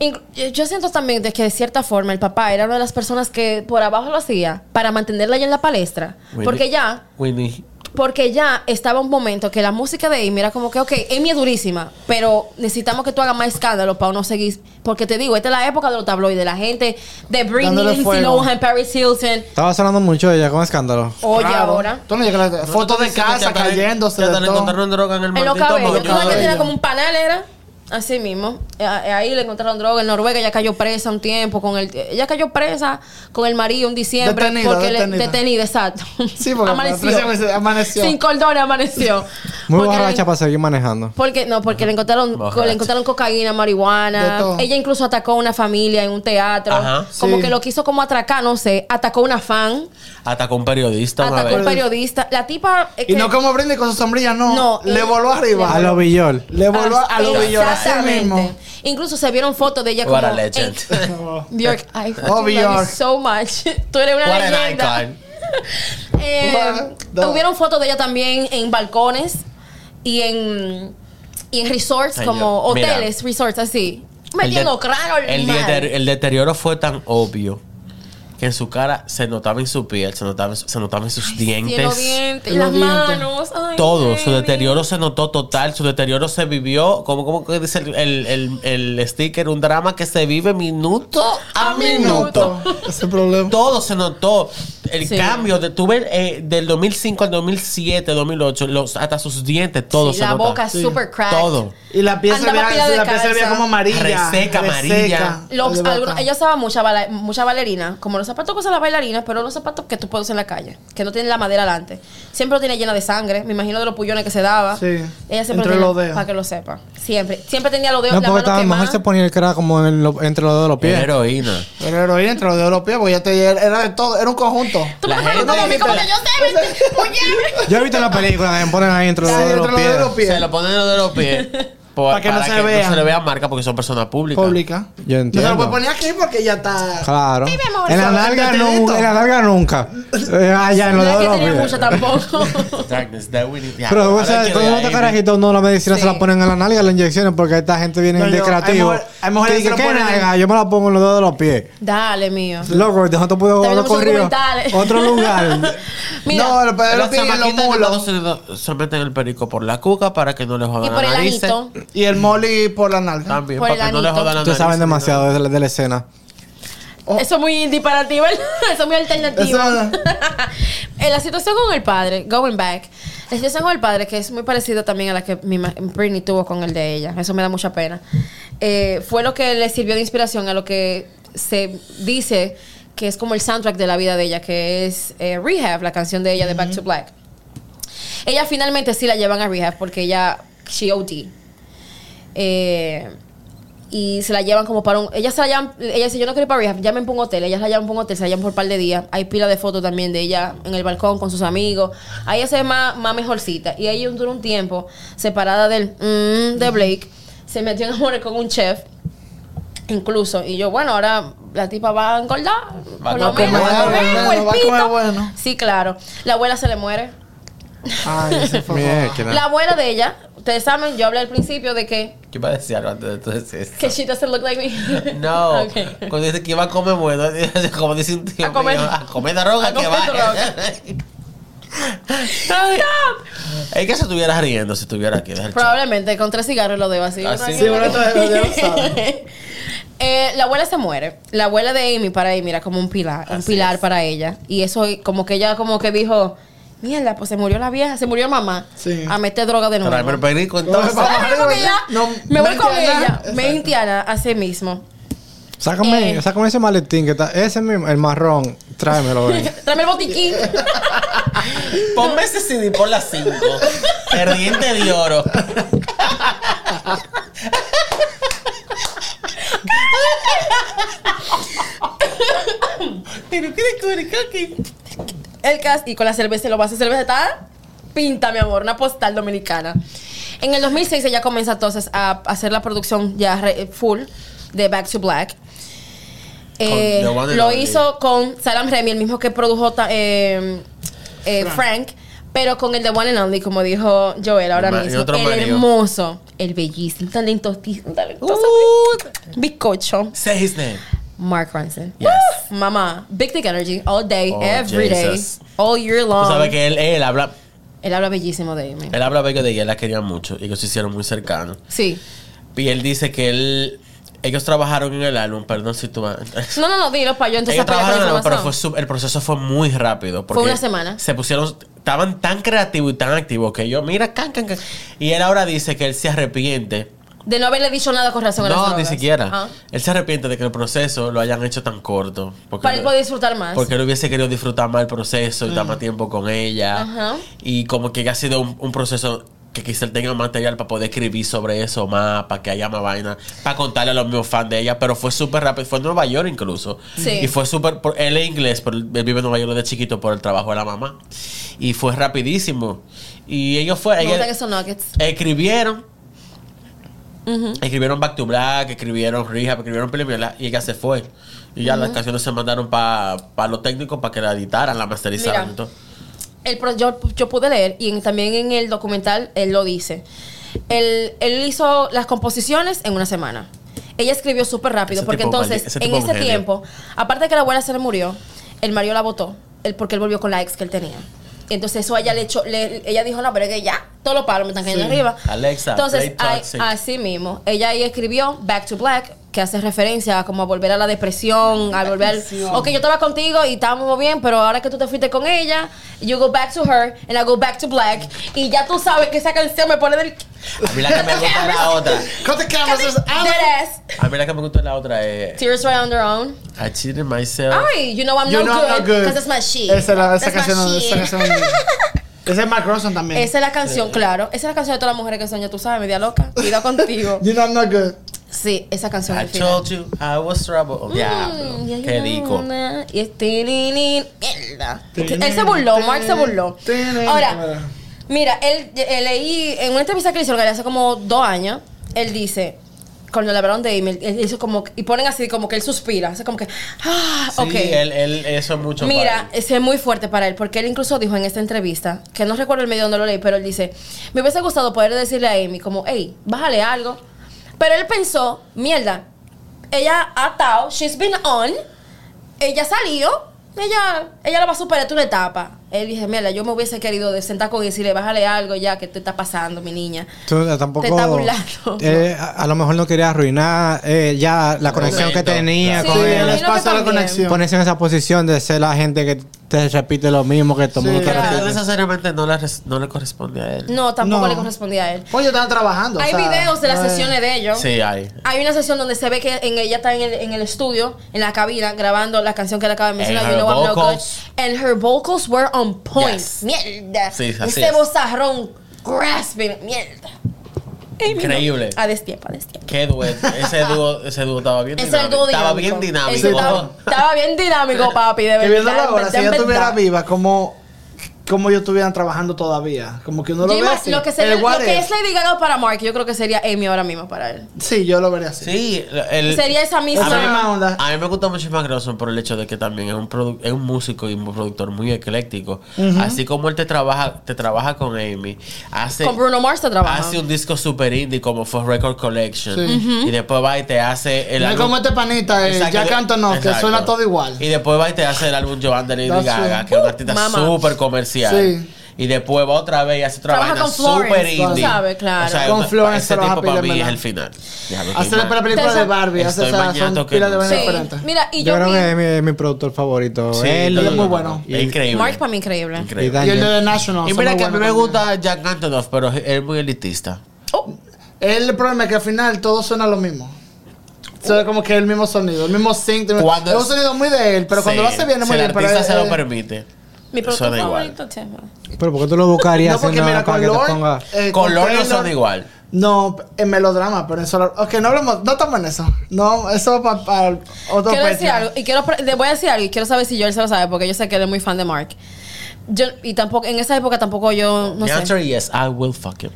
Speaker 2: inc- yo- yo siento también de que de cierta forma el papá era una de las personas que por abajo lo hacía para mantenerla ya en la palestra.
Speaker 3: Winnie-
Speaker 2: Porque ya,
Speaker 3: Winnie,
Speaker 2: porque ya estaba un momento que la música de Amy era como que, ok, Amy es durísima, pero necesitamos que tú hagas más escándalo para uno seguir. Porque te digo, esta es la época de los tabloides, la gente de Britney,
Speaker 1: Dándole
Speaker 2: Lindsay
Speaker 1: fuego.
Speaker 2: Lohan, Paris Hilton.
Speaker 4: Estaba sonando mucho ella con escándalo.
Speaker 2: Oye,
Speaker 1: Claro.
Speaker 2: ahora.
Speaker 1: Tú no llegas a la- Fotos de casa cayéndose.
Speaker 3: Ya
Speaker 1: de
Speaker 3: te le
Speaker 1: todo.
Speaker 3: encontraron droga en el
Speaker 2: En los
Speaker 3: maldito
Speaker 2: cabellos. ¿Tú
Speaker 3: moño.
Speaker 2: sabes que
Speaker 1: cabello.
Speaker 2: tenía como un panel era? Así mismo. Eh, eh, Ahí le encontraron droga. En Noruega ella cayó presa un tiempo. con el eh, Ella cayó presa con el marido en diciembre.
Speaker 1: Detenida,
Speaker 2: porque le-
Speaker 1: detenida.
Speaker 2: detenida, exacto.
Speaker 1: Sí, porque
Speaker 2: amaneció.
Speaker 1: parece que se- amaneció.
Speaker 2: Sin cordones amaneció.
Speaker 4: Muy
Speaker 2: Porque
Speaker 4: borracha
Speaker 2: le-
Speaker 4: para seguir manejando.
Speaker 2: porque, no, porque le encontraron,
Speaker 3: Borracha.
Speaker 2: le encontraron cocaína,
Speaker 1: De
Speaker 2: marihuana.
Speaker 1: todo.
Speaker 2: Ella incluso atacó a una familia en un teatro.
Speaker 3: Ajá.
Speaker 2: Como
Speaker 1: Sí.
Speaker 2: que lo quiso como atracar, no sé. Atacó a una fan,
Speaker 3: Atacó a un periodista una
Speaker 2: atacó a un
Speaker 3: vez.
Speaker 2: periodista. La tipa. eh,
Speaker 1: Y
Speaker 2: que-
Speaker 1: no como brinde con su sombrilla, no.
Speaker 2: No,
Speaker 1: le
Speaker 2: eh,
Speaker 1: voló arriba.
Speaker 4: A lo Villol.
Speaker 1: Le voló a lo billón. Así
Speaker 2: Exactamente.
Speaker 1: mismo.
Speaker 2: Incluso se vieron fotos de ella
Speaker 3: What
Speaker 2: como...
Speaker 3: a legend.
Speaker 2: "Hey, Bjork, I fucking
Speaker 1: Oh,
Speaker 2: love you
Speaker 1: Bjork.
Speaker 2: so much. Tú eres una
Speaker 3: What an
Speaker 2: leyenda.
Speaker 3: icon.
Speaker 2: Eh,
Speaker 1: What the-
Speaker 2: hubieron fotos de ella también en balcones y en, y en resorts,
Speaker 3: Señor,
Speaker 2: como
Speaker 3: mira.
Speaker 2: hoteles, resorts así. Metiendo
Speaker 3: de-
Speaker 2: claro
Speaker 3: el
Speaker 2: el mar.
Speaker 3: deter- el deterioro fue tan obvio que en su cara se notaba en su piel, se notaba en, su- se notaba en sus
Speaker 2: Cielo,
Speaker 3: dientes.
Speaker 2: dientes, las
Speaker 1: Los dientes.
Speaker 2: manos. Ay,
Speaker 3: Todo,
Speaker 2: baby.
Speaker 3: su deterioro se notó total, su deterioro se vivió, como, como que dice el, el- el- el sticker, un drama que se vive minuto a,
Speaker 2: A
Speaker 3: minuto.
Speaker 2: minuto.
Speaker 1: Ese problema.
Speaker 3: Todo se notó. El
Speaker 2: Sí.
Speaker 3: cambio de tuve eh, del 2005 al 2007, 2008, los, hasta sus dientes, todo
Speaker 2: Sí,
Speaker 3: se
Speaker 2: La
Speaker 3: nota.
Speaker 2: boca super cracked.
Speaker 3: Todo.
Speaker 1: Y la pieza
Speaker 2: Andaba
Speaker 1: veía,
Speaker 2: pila de
Speaker 1: la pieza
Speaker 2: calza.
Speaker 1: veía como amarilla.
Speaker 3: Reseca, amarilla.
Speaker 2: Los,
Speaker 1: De
Speaker 2: algunos-
Speaker 1: verdad.
Speaker 2: ella usaba mucha, bala- mucha bailarina, como los zapatos que usan las bailarinas, pero los zapatos que tú puedes usar en la calle, que no tienen la madera adelante. Siempre lo tiene llena de sangre, me imagino de los pullones que se daba.
Speaker 1: Sí,
Speaker 2: Ella siempre
Speaker 1: entre
Speaker 2: lo
Speaker 1: los
Speaker 2: tenía,
Speaker 1: dedos.
Speaker 2: para que lo sepa. Siempre. Siempre tenía los dedos,
Speaker 4: No,
Speaker 2: la
Speaker 4: porque
Speaker 2: mano
Speaker 4: estaba, a lo mejor
Speaker 2: quemada.
Speaker 4: se ponía el que era como en lo- entre los dedos de los pies.
Speaker 3: Heroína.
Speaker 1: Era heroína entre los dedos de los pies, porque ya te, era de todo, era un conjunto.
Speaker 2: Tú
Speaker 3: La
Speaker 2: me estás
Speaker 3: gente-
Speaker 2: hablando como que yo sé, ¿viste? Oye.
Speaker 4: Yo he visto en la película que me ponen ahí entre los
Speaker 1: Sí,
Speaker 4: dedos de
Speaker 1: entre
Speaker 4: los pies.
Speaker 1: los
Speaker 3: Se lo ponen en los de los pies. por-
Speaker 1: Para que no se
Speaker 3: no
Speaker 1: vean.
Speaker 3: se le vea marca porque son personas públicas.
Speaker 1: Pública.
Speaker 4: Yo
Speaker 1: No se
Speaker 4: entiendo.
Speaker 1: lo puedo poner aquí porque ya está.
Speaker 4: Claro.
Speaker 2: Sí, mi amor,
Speaker 4: En la
Speaker 1: son
Speaker 4: larga
Speaker 1: delantelitos.
Speaker 4: nunca. En la larga nunca. Eh, ah, ya, en
Speaker 2: No
Speaker 4: los
Speaker 2: es que
Speaker 4: dedos de
Speaker 2: tenía
Speaker 4: los pies.
Speaker 2: mucho tampoco.
Speaker 3: Darkness, that we need- Ya,
Speaker 4: Pero, o
Speaker 3: ahora
Speaker 4: sea,
Speaker 3: quiero
Speaker 4: todos
Speaker 3: ir
Speaker 4: estos
Speaker 3: ahí.
Speaker 4: carajitos no la medicina se la
Speaker 2: Sí.
Speaker 4: ponen en la nalga, las inyecciones, porque esta gente viene
Speaker 1: No, yo-
Speaker 4: de creativo.
Speaker 1: hay mujer- hay mujeres
Speaker 4: Que
Speaker 1: que
Speaker 4: dice,
Speaker 1: se lo
Speaker 4: "¿Qué
Speaker 1: ponen en-
Speaker 4: nalga? Yo me la pongo en los dedos de los pies.
Speaker 2: Dale, mío.
Speaker 4: Loco, nosotros pudimos
Speaker 2: También
Speaker 4: haber
Speaker 2: muchos
Speaker 4: corrido
Speaker 2: documentales.
Speaker 4: otro lugar.
Speaker 2: Mira,
Speaker 1: no, lo peor
Speaker 3: Las
Speaker 1: es que en los
Speaker 3: chamaquitas no
Speaker 1: mulos.
Speaker 3: se do- se meten el perico por la cuca para que no les
Speaker 2: y
Speaker 3: jodan
Speaker 2: por
Speaker 3: la
Speaker 2: el
Speaker 3: nariz.
Speaker 2: anito.
Speaker 1: Y el molly por la nalga.
Speaker 3: También,
Speaker 2: Por el
Speaker 3: para que no les
Speaker 2: anito.
Speaker 3: jodan la
Speaker 4: Ustedes
Speaker 3: nariz.
Speaker 4: saben demasiado de la, de la escena.
Speaker 2: Eso es muy disparativo, ¿verdad? eso es muy alternativo.
Speaker 1: Eso-
Speaker 2: Eh, la situación con el padre, going back, la situación con el padre, que es muy parecida también a la que mi ma- Britney tuvo con el de ella, eso me da mucha pena, Eh, fue lo que le sirvió de inspiración a lo que se dice que es como el soundtrack de la vida de ella, que es eh, Rehab, la canción de ella de Back to Black. Ella finalmente sí la llevan a Rehab porque ella, she OD. Eh, y se la llevan como para un. Ella se la llevan. Ella dice: Yo no quiero ir para rehab, llámenme para un hotel. Ella se la llevan para un hotel, se la llevan por un par de días. Hay pila de fotos también de ella en el balcón con sus amigos. Ahí ella se ve más, más mejorcita. Y ella duró un tiempo separada del. mm, de Blake. Se metió en amores con un chef. Incluso, y yo, bueno, ahora la tipa va a engordar.
Speaker 3: Va a
Speaker 2: por lo
Speaker 3: comer
Speaker 2: menos, va a
Speaker 1: bueno,
Speaker 2: comer,
Speaker 1: va a
Speaker 2: cuerpito.
Speaker 1: comer bueno.
Speaker 2: Sí, claro. La abuela se le muere.
Speaker 1: Ay, ese fue.
Speaker 3: Eh,
Speaker 4: Mierda.
Speaker 2: La abuela de ella, ustedes saben, yo hablé al principio de que
Speaker 3: Yo iba a decir algo antes de tú decir eso.
Speaker 2: Que she doesn't look like me.
Speaker 3: No,
Speaker 2: Okay.
Speaker 3: cuando dice que iba a comer bueno, como dice un tío,
Speaker 2: A comer-
Speaker 3: mío, a comer droga
Speaker 2: a
Speaker 3: que
Speaker 2: comer
Speaker 3: va.
Speaker 2: droga. Stop.
Speaker 3: es que se estuviera riendo si estuviera aquí. deja el chavo.
Speaker 2: Probablemente con tres cigarros lo debo así.
Speaker 3: Así.
Speaker 2: Uno
Speaker 3: Sí,
Speaker 1: uno todavía lo debo,
Speaker 2: Eh, la abuela se muere. La abuela de Amy para Amy era como un pilar, un
Speaker 3: Así
Speaker 2: pilar
Speaker 3: es.
Speaker 2: para ella. Y eso como que ella como que dijo, mierda, pues se murió la vieja, se murió mamá.
Speaker 1: Sí.
Speaker 2: A meter droga de nuevo.
Speaker 3: Tráeme el perico entonces.
Speaker 1: Vamos
Speaker 2: Claro,
Speaker 1: arriba,
Speaker 2: porque ella-
Speaker 1: no,
Speaker 2: me voy con
Speaker 1: Mentiana.
Speaker 2: ella,
Speaker 1: Exacto.
Speaker 2: me Indiana a sí mismo.
Speaker 4: Sácame,
Speaker 2: Eh.
Speaker 4: sácame ese maletín que está. Ese mismo, el marrón. Tráemelo, ven.
Speaker 2: Tráeme el botiquín.
Speaker 3: Ponme ese CD por las 5. Perdiente de oro.
Speaker 2: El cas y con la cerveza, lo vas a cerveza está pinta, mi amor, una postal dominicana. En el 2006 ella comienza entonces a hacer la producción ya re- full de Back to Black. Eh,
Speaker 3: The One and
Speaker 2: lo
Speaker 3: Only.
Speaker 2: hizo con Salam Remy, el mismo que produjo ta- eh, eh, Frank. pero con el de One and Only, como dijo Joel ahora
Speaker 3: Ma- y
Speaker 2: mismo.
Speaker 3: otro
Speaker 2: El
Speaker 3: marido.
Speaker 2: hermoso, el bellísimo, talentosísimo, talentoso.
Speaker 3: Uh.
Speaker 2: bizcocho.
Speaker 3: Say his name.
Speaker 2: Mark Ronson.
Speaker 3: Yes.
Speaker 2: Woo! Mama, big dick energy all day,
Speaker 3: Oh,
Speaker 2: every day,
Speaker 3: Jesus.
Speaker 2: all year
Speaker 3: Tú
Speaker 2: long.
Speaker 3: sabes Eh. que él, él habla,
Speaker 2: Él habla bellísimo de Amy.
Speaker 3: él habla bello de ella, la quería mucho y ellos se hicieron muy cercanos.
Speaker 2: Sí.
Speaker 3: Y él dice que él, ellos trabajaron en el álbum, perdón si tú vas-
Speaker 2: No, no, no, dilo para yo entonces
Speaker 3: Ellos
Speaker 2: para
Speaker 3: trabajaron en el álbum, pero fue su- el proceso fue muy rápido. porque
Speaker 2: una semana.
Speaker 3: Se pusieron, estaban tan creativos y tan activos que yo, mira, can, can, can. Y él ahora dice que él se arrepiente.
Speaker 2: De no haberle dicho nada con relación a las
Speaker 3: No, ni
Speaker 2: drogas.
Speaker 3: siquiera.
Speaker 2: Ah.
Speaker 3: Él se arrepiente de que el proceso lo hayan hecho tan corto. Porque
Speaker 2: Para él poder disfrutar más. Mm.
Speaker 3: Porque él hubiese querido disfrutar más el proceso y dar más tiempo con ella.
Speaker 2: Ajá.
Speaker 3: Y como que ha sido un, un proceso que quizá él tenga material para poder escribir sobre eso más, para que haya más vaina, para contarle a los mismos fans de ella. Pero fue súper rápido. Fue en Nueva York incluso.
Speaker 2: Sí.
Speaker 3: Y fue súper... por- Él es inglés, pero él vive en Nueva York desde chiquito por el trabajo de la mamá. Y fue rapidísimo. Y ellos
Speaker 2: Me
Speaker 3: fueron...
Speaker 2: gustan esos nuggets.
Speaker 3: Escribieron. Escribieron Back to Black, escribieron Rehab, escribieron Premiola y ella se fue. Y ya las canciones se mandaron para los técnicos para que la editaran, la masterizaran.
Speaker 2: Mira.
Speaker 3: y todo.
Speaker 2: El pro- yo, yo pude leer y en- también en el documental él lo dice. Él, él hizo las composiciones en una semana. Ella escribió súper rápido
Speaker 3: Ese
Speaker 2: porque
Speaker 3: tipo es
Speaker 2: entonces
Speaker 3: maldi- ese
Speaker 2: en
Speaker 3: tipo es un
Speaker 2: ese
Speaker 3: genio.
Speaker 2: tiempo, aparte de que la abuela se le murió, el marido la votó él, porque él volvió con la ex que él tenía. Entonces eso a ella le echó, le- ella dijo, no, pero es que ya, todos los palos me están cayendo
Speaker 1: Sí.
Speaker 2: arriba.
Speaker 3: Alexa,
Speaker 2: Entonces,
Speaker 3: play
Speaker 2: ay-
Speaker 3: Toxic.
Speaker 2: así mismo, ella ahí escribió Back to Black, que hace referencia a como a volver a la depresión, a volver al... Ok, yo estaba contigo y estábamos bien, pero ahora que tú te fuiste con ella, you go back to her and I go back to black. Y ya tú sabes que esa canción me pone del...
Speaker 3: A mí la que me gusta es la otra.
Speaker 1: Cut the cameras, there's Alan.
Speaker 2: Dead ass.
Speaker 3: A mí la que me gusta es la otra. es
Speaker 2: Tears right on their own.
Speaker 3: I cheated myself.
Speaker 2: Ay, you know I'm not
Speaker 1: You know I'm
Speaker 2: good.
Speaker 1: not good.
Speaker 2: Because that's my shit.
Speaker 1: Esa es la- esa
Speaker 2: That's my
Speaker 1: canción- esa
Speaker 2: shit.
Speaker 1: canción- Ese es Mark Ronson también.
Speaker 2: Esa es la canción, claro. Esa es la canción de todas las mujeres que sueñan, tú sabes, media loca. Cuidado contigo.
Speaker 1: You know I'm not good.
Speaker 2: Sí, esa canción.
Speaker 3: I
Speaker 2: al final.
Speaker 3: told you I was trouble. Oh, diablo,
Speaker 2: Mm, yeah,
Speaker 3: qué
Speaker 2: yeah,
Speaker 3: rico.
Speaker 2: yeah. Y es tirinin, mierda. Él se burló, Mark se burló.
Speaker 1: Tinin.
Speaker 2: Ahora, mira, él, eh, leí en una entrevista que le hicieron que le hace como dos años. él dice, cuando le hablaron de Amy, él hizo como, y ponen así como que él suspira, o sea, como que, ah,
Speaker 3: Sí,
Speaker 2: ok.
Speaker 3: él, él- eso es mucho
Speaker 2: Mira,
Speaker 3: para él.
Speaker 2: ese es muy fuerte para él, porque él incluso dijo en esta entrevista, que no recuerdo el medio donde lo leí, pero él dice, me hubiese gustado poder decirle a Amy como, hey, bájale algo. Pero él pensó, mierda, ella ha estado, she's been on, ella salió, ella, ella la va a superar tú una etapa. Él dije, mierda, yo me hubiese querido de- sentar con él y decirle, bájale algo ya, que te está pasando, mi niña.
Speaker 4: Tú eh, tampoco.
Speaker 2: Te está burlando.
Speaker 4: eh, a, a lo mejor no quería arruinar eh, ya la conexión que
Speaker 3: momento,
Speaker 4: tenía
Speaker 3: claro.
Speaker 4: con él.
Speaker 2: Sí, me
Speaker 1: les
Speaker 2: imagino que
Speaker 1: pasa la
Speaker 2: también.
Speaker 1: conexión.
Speaker 4: Ponerse en esa posición de ser la gente que te repite lo mismo que todo
Speaker 1: Sí,
Speaker 4: mundo te
Speaker 2: eh,
Speaker 1: claro.
Speaker 3: Pero
Speaker 4: repite.
Speaker 3: necesariamente no le, res- no le corresponde a él.
Speaker 2: No, tampoco
Speaker 1: No.
Speaker 2: le correspondía a él.
Speaker 1: Pues ellos estaban trabajando. o
Speaker 2: Hay
Speaker 1: sea,
Speaker 2: videos de las
Speaker 1: no es-
Speaker 2: sesiones de ellos.
Speaker 3: Sí, hay.
Speaker 2: Hay una sesión donde se ve que en ella está en el, en el estudio, en la cabina, grabando la canción que le acaba de mencionar.
Speaker 3: And
Speaker 2: You
Speaker 3: her
Speaker 2: know I'm no good.
Speaker 3: vocals.
Speaker 2: And her vocals were on point.
Speaker 3: Yes.
Speaker 2: Mierda.
Speaker 3: Sí, así
Speaker 2: Ese
Speaker 3: es.
Speaker 2: bozarrón grasping. Mierda. Amy, no.
Speaker 3: Increíble.
Speaker 2: A destiempo, a destiempo.
Speaker 3: Qué dueto. Ese dúo, ese dúo estaba bien
Speaker 2: Ese era
Speaker 3: dinámico.
Speaker 2: el dúo dinámico.
Speaker 3: Estaba bien
Speaker 2: Ese
Speaker 3: dinámico.
Speaker 2: Estaba, estaba bien dinámico, papi. De
Speaker 1: Que viéndolo
Speaker 2: verdad,
Speaker 1: ahora,
Speaker 2: de
Speaker 1: si ella
Speaker 2: verdad.
Speaker 1: estuviera viva, como, como ellos estuvieran trabajando todavía. Como que uno lo
Speaker 2: Yo
Speaker 1: ve
Speaker 2: ima-
Speaker 1: así.
Speaker 2: Lo que, sería,
Speaker 1: El what
Speaker 2: lo que
Speaker 1: if.
Speaker 2: es Lady Gaga para Mark, yo creo que sería Amy ahora mismo para él.
Speaker 1: Sí, yo lo vería así.
Speaker 3: Sí, el-
Speaker 2: Sería esa misma-
Speaker 1: Esa
Speaker 3: A mí-
Speaker 1: misma onda.
Speaker 3: A mí me gusta mucho Mark Ronson por el hecho de que también es un produ- es un músico y un productor muy ecléctico. Así como él te trabaja, te trabaja con Amy, hace,
Speaker 2: Con Bruno Mars te trabaja.
Speaker 3: hace un disco super indie como fue Record Collection. Y después va y te hace el
Speaker 1: No es como este panita, el
Speaker 3: Exacto.
Speaker 1: Jack Antonoff, que
Speaker 3: Exacto.
Speaker 1: suena todo igual.
Speaker 3: Y después va y te hace el álbum Joan de Lady
Speaker 1: That's
Speaker 3: Gaga,
Speaker 1: right.
Speaker 3: que es un artista
Speaker 2: Mama.
Speaker 3: súper comercial.
Speaker 1: Sí.
Speaker 3: Y después va otra vez y hace otra
Speaker 2: Trabaja
Speaker 3: vaina
Speaker 2: con Florence,
Speaker 3: súper
Speaker 2: tú
Speaker 3: indie.
Speaker 2: sabes, claro.
Speaker 3: O sea,
Speaker 1: Con
Speaker 3: una-
Speaker 1: Florence
Speaker 3: ese
Speaker 1: trabaja
Speaker 3: tipo para
Speaker 1: pila,
Speaker 3: mí es
Speaker 1: ¿verdad?
Speaker 3: el final. Déjame que
Speaker 1: Hacerle
Speaker 3: mal.
Speaker 1: para la película de Barbie, hace
Speaker 3: Estoy
Speaker 1: esa,
Speaker 3: bañando
Speaker 1: son
Speaker 3: que
Speaker 1: pilas de
Speaker 3: no.
Speaker 1: vainas
Speaker 2: Sí.
Speaker 1: diferentes.
Speaker 2: Mira, y
Speaker 4: Yo
Speaker 2: yo,
Speaker 4: creo
Speaker 2: vi-
Speaker 4: que es mi, es mi productor favorito.
Speaker 3: Sí,
Speaker 4: él,
Speaker 1: él
Speaker 3: no,
Speaker 1: es
Speaker 3: no,
Speaker 1: muy
Speaker 3: no.
Speaker 1: bueno.
Speaker 3: Es increíble.
Speaker 2: Mark para mí increíble.
Speaker 4: y
Speaker 3: Increíble.
Speaker 1: Y el
Speaker 4: Daniel.
Speaker 1: de The National.
Speaker 3: Y
Speaker 1: son
Speaker 3: mira
Speaker 1: muy
Speaker 3: que a mí
Speaker 1: buenos
Speaker 3: me
Speaker 1: también.
Speaker 3: gusta Jack Antonoff, pero él es muy elitista.
Speaker 2: Oh.
Speaker 1: El problema es que al final todo suena lo mismo. Suena como que el mismo sonido, el mismo synth. el mismo-
Speaker 3: Cuando-
Speaker 1: es un sonido muy de él, pero cuando lo
Speaker 3: Sí,
Speaker 1: hace viene
Speaker 3: si
Speaker 1: muy
Speaker 3: el
Speaker 1: bien. Pero
Speaker 3: artista se
Speaker 1: él-
Speaker 3: lo
Speaker 1: él-
Speaker 3: permite.
Speaker 2: Mi producto
Speaker 3: Suena igual.
Speaker 2: favorito, Chema.
Speaker 4: Pero ¿por qué tú lo buscarías
Speaker 1: No, porque
Speaker 4: en
Speaker 1: mira,
Speaker 4: nada para
Speaker 1: con
Speaker 4: que
Speaker 1: Lord,
Speaker 4: te ponga?
Speaker 1: eh, con
Speaker 3: Color no
Speaker 1: Taylor-
Speaker 3: son igual.
Speaker 1: No, en melodrama, pero en solo. Ok, no hablemos, no tomen eso. No, eso para otro
Speaker 2: Quiero
Speaker 1: Patreon.
Speaker 2: decir algo, y quiero, pre- le voy a decir algo, y quiero saber si yo él se lo sabe, porque yo sé que él es muy fan de Mark. Yo, y tampoco, en esa época tampoco yo, no
Speaker 3: The
Speaker 2: sé.
Speaker 3: answer is yes, I will fuck him.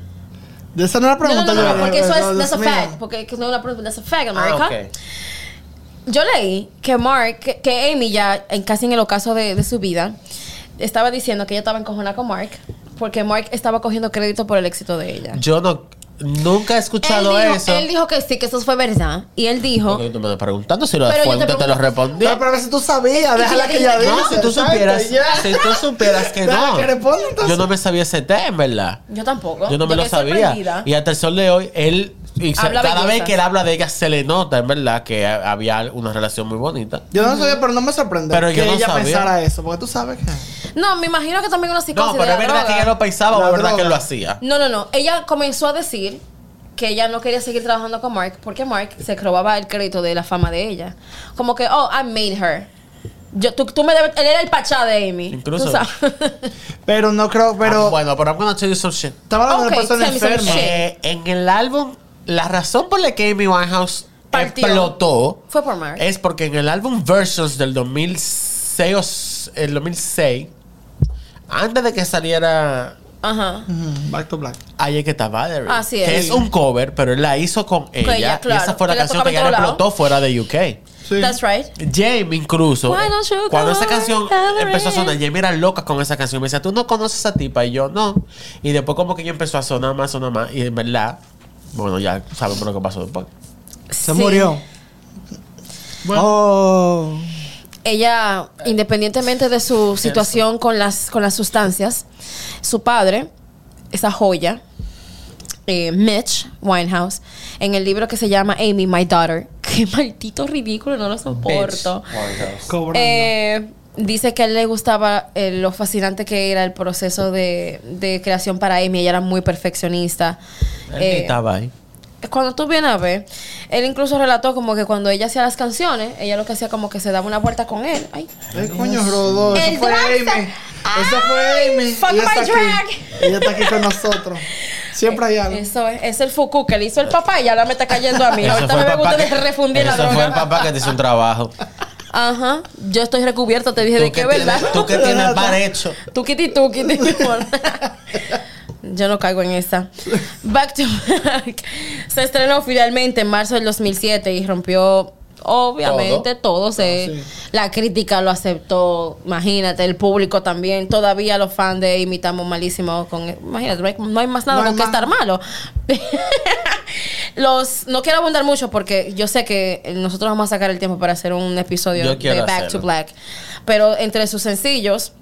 Speaker 1: De esa no era
Speaker 2: No, no,
Speaker 1: pregunta
Speaker 2: no, no,
Speaker 1: yo,
Speaker 2: porque eso es, that's a
Speaker 1: Dios mío.
Speaker 2: fact, porque es que no es una pregunta, that's a fact, America.
Speaker 3: Ah, ok.
Speaker 2: Yo leí que Mark, que, que Amy ya, en, casi en el ocaso de, de su vida, estaba diciendo que ella estaba encojonada con Mark, porque Mark estaba cogiendo crédito por el éxito de ella.
Speaker 3: Yo no, nunca he
Speaker 2: Él
Speaker 3: escuchado eso.
Speaker 2: dijo, él dijo que sí, que eso fue verdad, y él dijo...
Speaker 3: Porque tú me estás preguntando si lo
Speaker 2: Pero yo te
Speaker 3: fuente te lo
Speaker 2: pregunto-
Speaker 3: respondí.
Speaker 1: No, pero a ver si tú sabías, déjala que ella diga.
Speaker 3: No, si tú
Speaker 1: Exacto,
Speaker 3: supieras,
Speaker 1: ya.
Speaker 3: si tú supieras que
Speaker 1: Déjala
Speaker 3: no.
Speaker 1: que responda, entonces.
Speaker 3: Yo no me sabía ese tema, en ¿verdad?
Speaker 2: Yo tampoco.
Speaker 3: Yo no me lo
Speaker 2: quedé
Speaker 3: sabía.
Speaker 2: sorprendida.
Speaker 3: Y hasta el sol de hoy, él. y se-
Speaker 2: Habla
Speaker 3: cada vez
Speaker 2: belleza.
Speaker 3: que él habla de ella, se le nota, en verdad, que ha- había una relación muy bonita.
Speaker 1: Yo no sabía, pero no me sorprende
Speaker 3: Pero yo
Speaker 1: que
Speaker 3: no
Speaker 1: ella
Speaker 3: sabía.
Speaker 1: pensara eso, porque tú sabes que.
Speaker 2: No, me imagino que también una
Speaker 3: No,
Speaker 2: psicosis
Speaker 3: pero
Speaker 2: de
Speaker 3: es
Speaker 2: la
Speaker 3: verdad
Speaker 2: droga.
Speaker 3: que ella lo pensaba
Speaker 1: La
Speaker 3: o es verdad que
Speaker 1: droga.
Speaker 3: él lo hacía. Ah,
Speaker 2: No, no, no. Ella comenzó a decir que ella no quería seguir trabajando con Mark porque Mark se robaba el crédito de la fama de ella. Como que, oh, I made her. Yo, tú, tú me debes, él era el pachá de Amy.
Speaker 3: Incluso.
Speaker 2: Tú sabes.
Speaker 1: Pero no creo, pero.
Speaker 3: Ah, bueno, pero I'm gonna tell you some shit.
Speaker 1: Estaba hablando
Speaker 2: Ok,
Speaker 1: de una persona
Speaker 2: tell me some
Speaker 1: enferma.
Speaker 2: shit.
Speaker 3: Eh, en el álbum, la razón por la que Amy Winehouse
Speaker 2: Partió.
Speaker 3: explotó
Speaker 2: Fue por Mark.
Speaker 3: es porque en el álbum Versions del 2006, o s- el 2006 antes de que saliera
Speaker 2: Ajá.
Speaker 1: Ujú, Back to black.
Speaker 3: Ayer que está Valerie,
Speaker 2: Así es.
Speaker 3: que es un cover, pero él la hizo con ella,
Speaker 2: ella,
Speaker 3: y esa
Speaker 2: claro,
Speaker 3: fue la
Speaker 2: que la
Speaker 3: canción
Speaker 2: tocaba
Speaker 3: que
Speaker 2: en
Speaker 3: ya
Speaker 2: todo lado.
Speaker 3: explotó fuera de UK.
Speaker 1: Sí.
Speaker 2: That's right.
Speaker 3: Jamie incluso eh,
Speaker 2: Why don't you
Speaker 3: cuando
Speaker 2: go
Speaker 3: esa canción
Speaker 2: Valerie?
Speaker 3: empezó a sonar Jamie era loca con esa canción me decía tú no conoces a esa tipa y yo no y después como que ella empezó a sonar más sonar más y en verdad bueno ya sabemos lo que pasó después
Speaker 4: Se murió. Oh.
Speaker 2: ella, independientemente de su situación con las, con las sustancias, su padre, esa joya, eh, Mitch Winehouse, en el libro que se llama Amy, My Daughter, qué maldito ridículo, no lo soporto.
Speaker 1: Cobrando.
Speaker 2: Eh, dice que a él le gustaba eh, lo fascinante que era el proceso de, de creación para Amy, ella era muy perfeccionista.
Speaker 3: Él ni
Speaker 2: Eh,
Speaker 3: estaba ahí
Speaker 2: cuando tú vienes a ver, él incluso relató como que cuando ella hacía las canciones, ella lo que hacía como que se daba una vuelta con él. Ay.
Speaker 1: Ay, coño, Rodó. Eso
Speaker 2: El
Speaker 1: fue
Speaker 2: dragster.
Speaker 1: Amy. Eso fue Amy.
Speaker 2: fuck
Speaker 1: Ella
Speaker 2: my
Speaker 1: está aquí.
Speaker 2: drag.
Speaker 1: Ella está aquí con nosotros. Siempre hay algo.
Speaker 2: Eso es, es el Fuku que le hizo el papá y ahora me está cayendo a mí.
Speaker 3: Ese
Speaker 2: Ahorita
Speaker 3: fue
Speaker 2: me
Speaker 3: el
Speaker 2: ven
Speaker 3: papá
Speaker 2: ustedes
Speaker 3: que-
Speaker 2: refundir la
Speaker 3: ese fue el
Speaker 2: droga.
Speaker 3: papá que te hizo un trabajo
Speaker 2: Ajá, yo estoy recubierta, te dije de
Speaker 3: que
Speaker 2: qué verdad.
Speaker 3: tienes, tú que tienes el bar hecho
Speaker 2: Tú quiti, tú quiti, mi amor. Yo no caigo en esa. Back to Back se estrenó finalmente en marzo del 2007 y rompió, obviamente, todo.
Speaker 4: Ah,
Speaker 2: se, La crítica lo aceptó, imagínate, el público también. Todavía los fans de imitamos malísimo con... Imagínate, no hay, no hay más nada
Speaker 4: No hay
Speaker 2: con que
Speaker 4: más.
Speaker 2: estar malo. Los, no quiero abundar mucho porque yo sé que nosotros vamos a sacar el tiempo para hacer un episodio
Speaker 3: Yo quiero
Speaker 2: de Back
Speaker 3: hacerlo.
Speaker 2: to Black. Pero entre sus sencillos,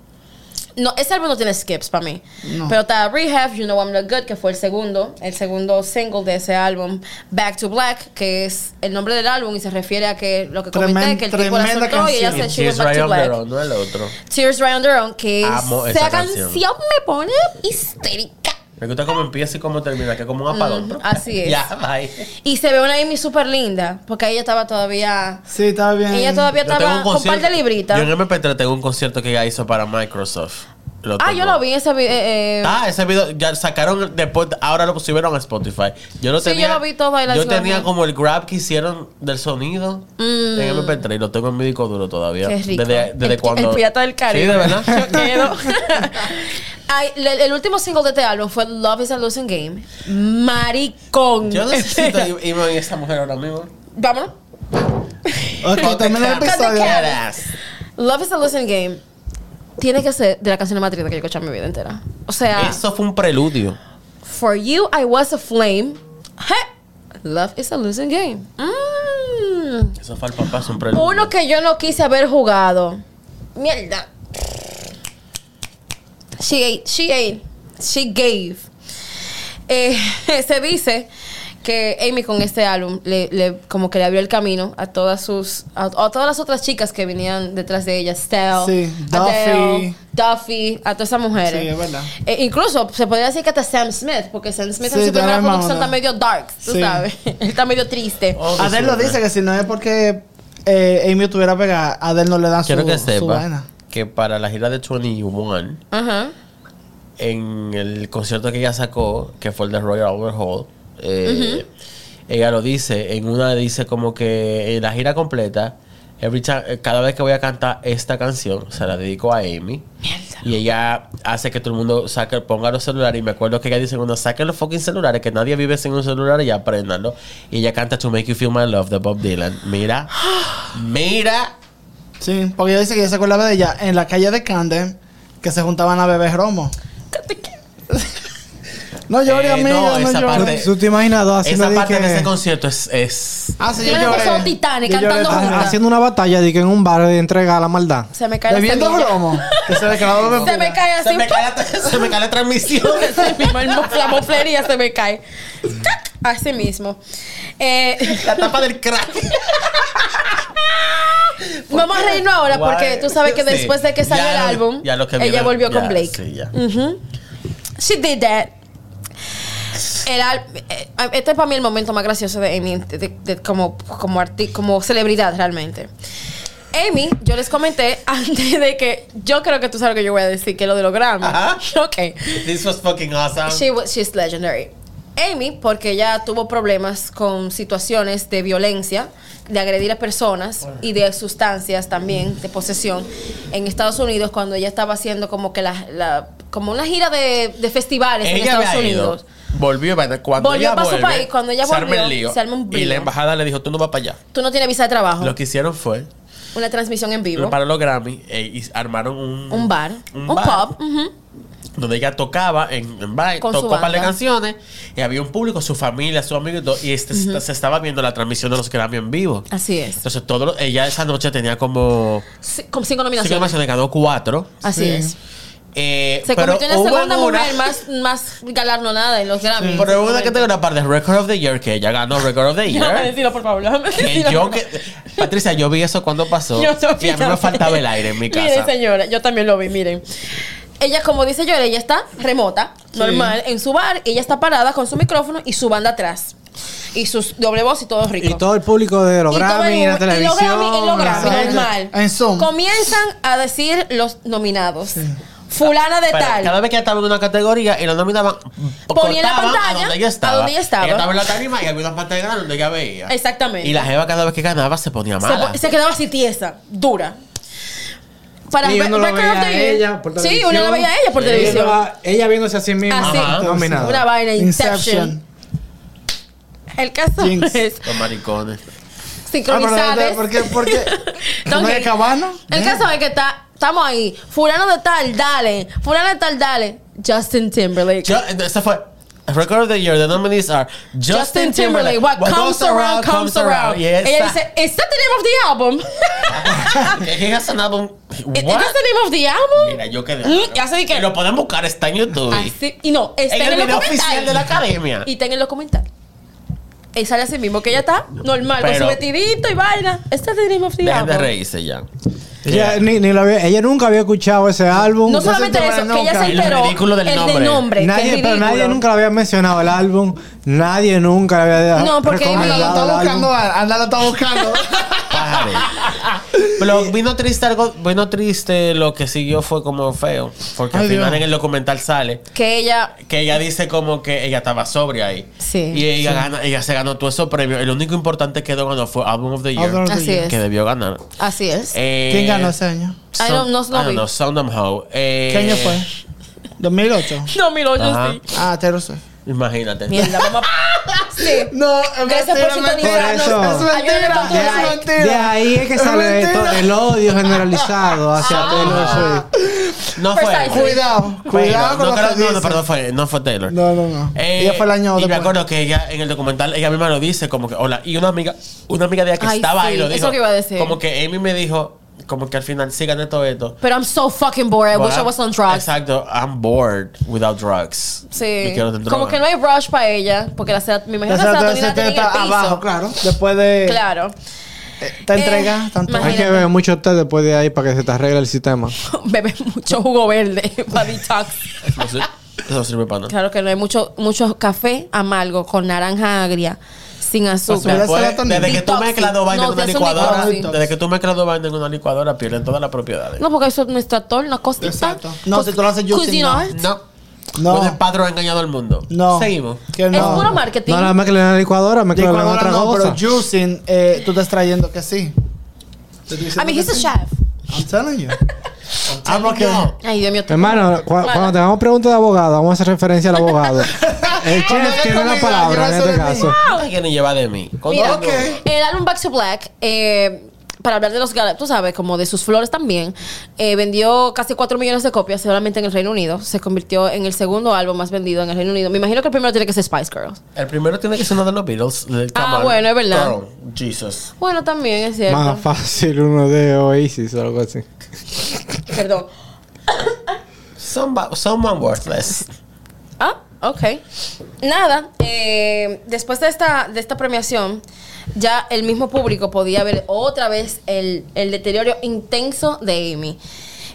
Speaker 2: no, ese álbum no tiene skips para mí. Pero está Rehab, You Know I'm Not Good, que fue el segundo, el segundo single de ese álbum. Back to Black, que es el nombre del álbum y se refiere a que lo que comenté,
Speaker 1: Tremen-
Speaker 2: que el tipo la
Speaker 1: tremenda
Speaker 2: soltó y ella se
Speaker 1: canción.
Speaker 3: Y
Speaker 2: she was
Speaker 3: She's
Speaker 2: Back
Speaker 3: right
Speaker 2: to
Speaker 3: on their
Speaker 2: Black.
Speaker 3: own, no el otro.
Speaker 2: Tears Right on Their Own, que
Speaker 3: Amo
Speaker 2: esa
Speaker 3: esa
Speaker 2: canción
Speaker 3: canción.
Speaker 2: me pone histérica.
Speaker 3: Me gusta cómo empieza y cómo termina, que como un apagón.
Speaker 2: Mm, así es.
Speaker 3: Ya, bye.
Speaker 2: Y se ve una Amy súper linda, porque ella estaba todavía.
Speaker 4: Sí, está bien.
Speaker 2: Ella todavía
Speaker 3: Yo tengo
Speaker 2: estaba
Speaker 3: un
Speaker 2: con par de
Speaker 3: concierto-
Speaker 2: libritas.
Speaker 3: Yo en MP3 tengo un concierto que ella hizo para Microsoft. Lo
Speaker 2: Ah, yo
Speaker 3: tengo.
Speaker 2: lo vi ese video. Eh, eh,
Speaker 3: Ah, ese video ya sacaron después, ahora lo pusieron a Spotify. Yo lo
Speaker 2: Sí,
Speaker 3: tenía.
Speaker 2: yo lo vi todo ahí, las
Speaker 3: Yo tenía
Speaker 2: imágenes.
Speaker 3: como el grab que hicieron del sonido
Speaker 2: Mm.
Speaker 3: en MP3 y lo tengo en mi disco duro todavía.
Speaker 2: Qué rico.
Speaker 3: Desde, desde
Speaker 2: el,
Speaker 3: cuando.
Speaker 2: el pirata del Caribe.
Speaker 3: Sí, de verdad.
Speaker 2: Yo quiero. Ay, le- el último single de este álbum fue Love is a Losing Game. Maricón.
Speaker 3: yo necesito
Speaker 2: Espera.
Speaker 3: ir a esa mujer ahora mismo.
Speaker 2: Vámonos.
Speaker 1: Ok, termina el
Speaker 2: Cut the
Speaker 1: episodio.
Speaker 2: cat. Love is a Losing Game tiene que ser de la canción de Matrix que yo escuché en mi vida entera. O sea,
Speaker 3: Eso fue un preludio.
Speaker 2: For You I Was a Flame. Je. Love is a Losing Game. Mm.
Speaker 3: Eso fue el papá, es un preludio.
Speaker 2: Uno que yo no quise haber jugado. Mierda. She ate, she ate, she gave. Eh, se dice que Amy con este álbum le, le- como que le abrió el camino a todas sus a, a todas las otras chicas que venían detrás de ella, Stell,
Speaker 1: Sí,
Speaker 2: Adele, Duffy, a todas esas mujeres.
Speaker 1: Sí, es verdad.
Speaker 2: Eh, incluso se podría decir que hasta Sam Smith, porque Sam Smith
Speaker 1: Sí,
Speaker 2: en su primera
Speaker 1: tenemos una.
Speaker 2: producción está medio dark, tú
Speaker 1: Sí.
Speaker 2: sabes. Él está medio triste.
Speaker 3: Oh,
Speaker 1: Adel lo
Speaker 3: disculpe.
Speaker 1: dice que si no es porque eh, Amy estuviera pegada, Adel no le da su,
Speaker 3: Quiero que
Speaker 1: su
Speaker 3: sepa
Speaker 1: vaina.
Speaker 3: que para la gira de 21,
Speaker 2: Ajá.
Speaker 3: en el concierto que ella sacó, que fue el de Royal Albert Hall, eh, ella lo dice, en una dice como que en la gira completa, every time- eh, cada vez que voy a cantar esta canción, se la dedico a Amy. Y ella hace que todo el mundo saque, ponga los celulares. Y me acuerdo que ella dice, cuando saquen los fucking celulares, que nadie vive sin un celular y aprendanlo. Y ella canta To Make You Feel My Love de Bob Dylan. Mira, mira.
Speaker 1: Sí, porque ella dice que ella se acordaba de ella en la calle de Candem que se juntaban a beber romo. no llores,
Speaker 3: Eh,
Speaker 1: amiga, no,
Speaker 3: no, esa
Speaker 1: llores.
Speaker 3: parte-
Speaker 4: ¿Tú te imaginas dos haciendo
Speaker 3: Esa
Speaker 4: de
Speaker 3: parte
Speaker 4: que-
Speaker 3: de ese concierto es- es
Speaker 1: Ah, sí,
Speaker 2: Yo
Speaker 1: yo
Speaker 2: le puse
Speaker 1: lloré.
Speaker 2: un Titanic
Speaker 1: Yo lloré
Speaker 2: cantando
Speaker 1: también.
Speaker 2: juntas.
Speaker 4: ha- haciendo una batalla de que en un bar de entrega a la maldad?
Speaker 2: Se me cae la
Speaker 1: Bebiendo
Speaker 2: semilla.
Speaker 1: romo. Que se le quedó la
Speaker 2: Se me
Speaker 1: bebida.
Speaker 2: cae así.
Speaker 3: Se me, cae la, se me cae la transmisión.
Speaker 2: Se me cae la moflería, se me cae. ¡Tac! Así mismo. Eh,
Speaker 3: La tapa del crack.
Speaker 2: vamos a reírnos ahora
Speaker 3: Guay.
Speaker 2: porque tú sabes que
Speaker 3: Sí.
Speaker 2: después de que salió
Speaker 3: Ya
Speaker 2: el
Speaker 3: lo-
Speaker 2: álbum,
Speaker 3: ya lo que
Speaker 2: ella
Speaker 3: vieron-
Speaker 2: volvió
Speaker 3: ya,
Speaker 2: con Blake. Mm.
Speaker 3: sí, ya.
Speaker 2: Ujú. She did that. El al- eh, este es para mí el momento más gracioso de Amy de- de- de- como, como, arti- como celebridad realmente. Amy, yo les comenté antes de que yo creo que tú sabes lo que yo voy a decir, que lo de los Grammy.
Speaker 3: Ajá.
Speaker 2: Ok.
Speaker 3: This was fucking awesome.
Speaker 2: She was, she's legendary. Amy, porque ella tuvo problemas con situaciones de violencia, de agredir a personas y de sustancias también, de posesión, en Estados Unidos cuando ella estaba haciendo como que la, la- como una gira de, de festivales en
Speaker 3: ella
Speaker 2: Estados
Speaker 3: había
Speaker 2: Unidos.
Speaker 3: ido. Volvió para cuando
Speaker 2: Volvió
Speaker 3: ella
Speaker 2: para su
Speaker 3: vuelve,
Speaker 2: país, cuando ella
Speaker 3: se arma
Speaker 2: volvió,
Speaker 3: el lío,
Speaker 2: se arma un
Speaker 3: Y
Speaker 2: lío.
Speaker 3: la embajada le dijo, tú no vas para allá.
Speaker 2: Tú no tienes visa de trabajo,
Speaker 3: Lo que hicieron fue,
Speaker 2: una transmisión en vivo,
Speaker 3: para los Grammy, eh, y armaron un...
Speaker 2: un bar, un,
Speaker 3: Un, bar,
Speaker 2: pub. ujú.
Speaker 3: Donde ella tocaba en, en bar,
Speaker 2: Con su
Speaker 3: tocó un par de
Speaker 2: banda.
Speaker 3: canciones. Y había un público, su familia, su amigo y todo. Y este, se estaba viendo la transmisión de los Grammy en vivo.
Speaker 2: Así es.
Speaker 3: Entonces, todo, lo- ella esa noche tenía como...
Speaker 2: Sí, con cinco
Speaker 3: Cinco
Speaker 2: nominaciones.
Speaker 3: nominaciones, ganó cuatro.
Speaker 2: Así
Speaker 1: Sí.
Speaker 2: es.
Speaker 3: Eh,
Speaker 2: Se
Speaker 3: pero
Speaker 2: convirtió en la
Speaker 3: hubo
Speaker 2: segunda
Speaker 3: en una-
Speaker 2: mujer más, más galardonada en los Grammys. en
Speaker 3: Pero
Speaker 2: ese
Speaker 3: hubo una
Speaker 2: momento.
Speaker 3: categoría aparte, Record of the Year, que ella ganó Record of the
Speaker 2: Déjame
Speaker 3: Year.
Speaker 2: decirlo, por favor. déjame
Speaker 3: que
Speaker 2: decirlo,
Speaker 3: yo
Speaker 2: por
Speaker 3: que- Patricia, yo vi eso cuando pasó.
Speaker 2: Yo no
Speaker 3: y a mí
Speaker 2: fíjate.
Speaker 3: me faltaba el aire en mi casa.
Speaker 2: Miren, señora, yo también lo vi, miren. Ella, como dice Yore, ella está remota, normal, en su bar. Ella está parada con su micrófono y su banda atrás. Y sus doble voz y todo rico.
Speaker 4: Y todo el público de los
Speaker 2: Y todo el
Speaker 4: Grammy,
Speaker 2: mundo-
Speaker 4: la
Speaker 2: y los
Speaker 4: televisión.
Speaker 2: Grammy, y los Grammy,
Speaker 1: exacto.
Speaker 2: normal.
Speaker 1: En Zoom.
Speaker 2: Comienzan a decir los nominados. Fulana de
Speaker 3: Pero
Speaker 2: tal.
Speaker 3: cada vez que ella estaba en una categoría y la nominaban,
Speaker 2: Ponía la
Speaker 3: cortaban
Speaker 2: pantalla
Speaker 3: a donde ella estaba.
Speaker 2: a donde ella estaba.
Speaker 3: en la tarima y había una pantalla grande donde ella veía.
Speaker 2: Exactamente.
Speaker 3: Y la jeva cada vez que ganaba se ponía
Speaker 2: se,
Speaker 3: mala.
Speaker 2: po- se quedaba así tiesa, dura. para
Speaker 4: Y
Speaker 2: ver
Speaker 4: uno la
Speaker 2: Record
Speaker 4: veía
Speaker 2: of the
Speaker 4: a
Speaker 2: Year.
Speaker 4: ella por
Speaker 2: sí,
Speaker 4: televisión.
Speaker 2: uno la veía a ella por
Speaker 4: Ella
Speaker 2: televisión.
Speaker 4: va- Ella viéndose a sí misma.
Speaker 2: Así.
Speaker 3: Ajá.
Speaker 4: Nominada.
Speaker 2: Una vaina, Inception.
Speaker 1: Inception.
Speaker 2: El caso
Speaker 1: Jinx.
Speaker 2: es
Speaker 3: Los maricones.
Speaker 1: Ah, pero espérate,
Speaker 2: sincronizadas.
Speaker 1: ¿Por qué? ¿Por qué?
Speaker 2: Don
Speaker 1: ¿No
Speaker 2: Gil.
Speaker 1: hay cabana?
Speaker 2: El caso es que está, estamos ahí. Fulano de tal, dale. Fulano de tal, dale. Justin Timberlake.
Speaker 3: Yo, esa fue. Record of the year, the nominees are Justin,
Speaker 2: Justin Timberlake. What, comes around, comes around.
Speaker 3: Y esa-
Speaker 2: Ella dice, ¿Is that the name of the album?
Speaker 3: He has an album.
Speaker 2: ¿Is
Speaker 3: What?
Speaker 2: that the name of the album?
Speaker 3: Mira, yo quedé.
Speaker 2: Mm, y así que-
Speaker 3: Lo pueden buscar, está en YouTube.
Speaker 2: Así- y no, está
Speaker 3: en
Speaker 2: en,
Speaker 3: el
Speaker 2: los
Speaker 3: video oficial
Speaker 2: comentarios.
Speaker 3: de la academia.
Speaker 2: Y está en los comentarios. Y sale así mismo, que ella está normal,
Speaker 3: Pero-
Speaker 2: con su vestidito y vaina. ¿Is that the name of the
Speaker 3: Dejen de
Speaker 2: album?
Speaker 3: reírse ya.
Speaker 4: Ella, ni- ni lo había- ella nunca había escuchado ese álbum.
Speaker 2: No solamente
Speaker 1: se
Speaker 2: eso,
Speaker 1: enteraron
Speaker 2: que ella se
Speaker 3: nunca.
Speaker 2: enteró
Speaker 3: El ridículo del
Speaker 2: el
Speaker 3: nombre.
Speaker 2: de nombre. que es
Speaker 4: nadie, pero
Speaker 2: ridículo.
Speaker 4: nadie nunca le había mencionado el álbum. Nadie nunca le había
Speaker 2: No, porque
Speaker 1: Anda, lo
Speaker 4: recomendado
Speaker 1: está
Speaker 4: el álbum.
Speaker 1: buscando. Anda, lo está buscando.
Speaker 3: Pájaro. Pero vino triste algo, vino triste lo que siguió fue como feo. Porque
Speaker 1: Ay,
Speaker 3: al final
Speaker 1: Dios.
Speaker 3: en el documental sale
Speaker 2: Que ella
Speaker 3: que ella dice como que ella estaba sobria ahí.
Speaker 2: Sí.
Speaker 3: Y ella, gana- ella se ganó todo eso premio. El único importante que no ganó fue Album of the Year.
Speaker 1: Album of the
Speaker 2: Así Year. es.
Speaker 3: Que debió ganar.
Speaker 2: Así es.
Speaker 3: Eh,
Speaker 1: ¿Quién ganó ese año?
Speaker 2: I don't- no- no
Speaker 3: I don't
Speaker 2: vi.
Speaker 3: know, Sodom Ho. Eh,
Speaker 1: ¿Qué año fue? ¿2008?
Speaker 2: 2008
Speaker 3: Ajá.
Speaker 2: sí.
Speaker 1: Ah, Taylor Swift.
Speaker 3: Imagínate.
Speaker 2: Mierda, vamos a... Sí.
Speaker 1: No,
Speaker 2: Gracias por sintonizarnos.
Speaker 4: Por eso.
Speaker 1: Es mentira,
Speaker 2: Ayúdenos con tu
Speaker 1: es
Speaker 2: like.
Speaker 1: mentira.
Speaker 4: De ahí es que
Speaker 1: Es
Speaker 4: sale
Speaker 1: mentira.
Speaker 4: esto, el odio generalizado
Speaker 2: Ah,
Speaker 4: hacia Taylor Swift.
Speaker 3: No fue.
Speaker 2: Precisely.
Speaker 1: Ah, Cuidado,
Speaker 3: Cuidado
Speaker 1: cuidado con
Speaker 3: no,
Speaker 1: lo
Speaker 3: creo-
Speaker 1: que
Speaker 3: no, no,
Speaker 1: dice.
Speaker 3: perdón, fue, no fue Taylor.
Speaker 1: No, no, no.
Speaker 3: Eh,
Speaker 1: ella fue el año
Speaker 3: y me
Speaker 1: después.
Speaker 3: acuerdo que ella en el documental ella misma lo dice como que hola y una amiga una amiga de ella que
Speaker 2: Ay,
Speaker 3: estaba
Speaker 2: sí,
Speaker 3: ahí lo dijo
Speaker 2: eso que iba a decir.
Speaker 3: como que Amy me dijo como que al final sí gané todo esto
Speaker 2: Pero I'm so fucking bored. I wish I was on drugs.
Speaker 3: exacto I'm bored without drugs
Speaker 2: Sí.
Speaker 3: Me quiero de
Speaker 2: Como
Speaker 3: droga.
Speaker 2: que no hay rush para ella. Porque la serat- me imagino
Speaker 1: La
Speaker 2: que la serotonina tiene en el piso.
Speaker 1: abajo, claro. Después de
Speaker 2: Claro.
Speaker 1: te entrega
Speaker 2: Eh,
Speaker 1: tanto.
Speaker 2: imagínate.
Speaker 4: Hay que beber mucho té después de ahí para que se te arregle el sistema.
Speaker 2: Bebe mucho jugo verde para detox.
Speaker 3: no sé, eso no sirve para nada
Speaker 2: Claro que no hay mucho, mucho café amargo con naranja agria, sin
Speaker 1: Para
Speaker 2: azúcar.
Speaker 1: subir
Speaker 3: Después,
Speaker 1: serotonina.
Speaker 3: Pues, desde que tú
Speaker 2: Detoxing.
Speaker 3: mezclas dos vainas
Speaker 2: No,
Speaker 3: en una
Speaker 2: te hace un
Speaker 3: licuadora
Speaker 2: detoxing.
Speaker 3: desde que tú mezclas dos vainas en una licuadora pierden todas las propiedades
Speaker 2: No, porque eso es nuestra torna, una cosita.
Speaker 1: Exacto. No, si tú lo haces
Speaker 2: Cause
Speaker 1: juicing,
Speaker 2: you know
Speaker 1: no.
Speaker 2: it.
Speaker 3: no
Speaker 1: No.
Speaker 3: Gwyneth Paltrow ha engañado al mundo
Speaker 1: No.
Speaker 3: seguimos
Speaker 1: Que
Speaker 2: Es
Speaker 1: no.
Speaker 2: puro marketing.
Speaker 4: No, la mezcla en la licuadora, mezcla en
Speaker 1: Licuadora
Speaker 4: otra
Speaker 1: no,
Speaker 4: cosa.
Speaker 1: pero juicing, eh, tú estás trayendo que sí.
Speaker 2: I mean, he's a Ah, chef.
Speaker 1: I'm telling you.
Speaker 3: ah porque
Speaker 1: No.
Speaker 2: Ay, Dios mío. tú-
Speaker 4: Hermano, cua- cuando tengamos preguntas de abogado, vamos a hacer referencia al abogado. El
Speaker 1: Cuando
Speaker 4: chef
Speaker 1: dé
Speaker 4: tiene la
Speaker 1: comida,
Speaker 4: palabra en
Speaker 1: llévaselo
Speaker 4: este
Speaker 1: de
Speaker 4: caso.
Speaker 1: mí.
Speaker 3: no quieren llevar de mí Con
Speaker 2: Mira,
Speaker 3: todo el mundo.
Speaker 2: el álbum Back to Black, eh, para hablar de los Gala, tú sabes, como de sus flores también, eh, vendió casi 4 millones de copias solamente en el Reino Unido. Se convirtió en el segundo álbum más vendido en el Reino Unido. Me imagino que el primero tiene que ser Spice Girls.
Speaker 3: El primero tiene que ser uno de los Beatles. de-
Speaker 2: Ah,
Speaker 3: come on.
Speaker 2: bueno, es verdad.
Speaker 3: Girl, Jesus.
Speaker 2: Bueno, también es cierto.
Speaker 4: Más fácil uno de Oasis o algo así.
Speaker 2: Perdón.
Speaker 3: Somebody, someone worthless.
Speaker 2: Ah, ok. Nada, eh, después de esta, de esta premiación, ya el mismo público podía ver otra vez el, el deterioro intenso de Amy.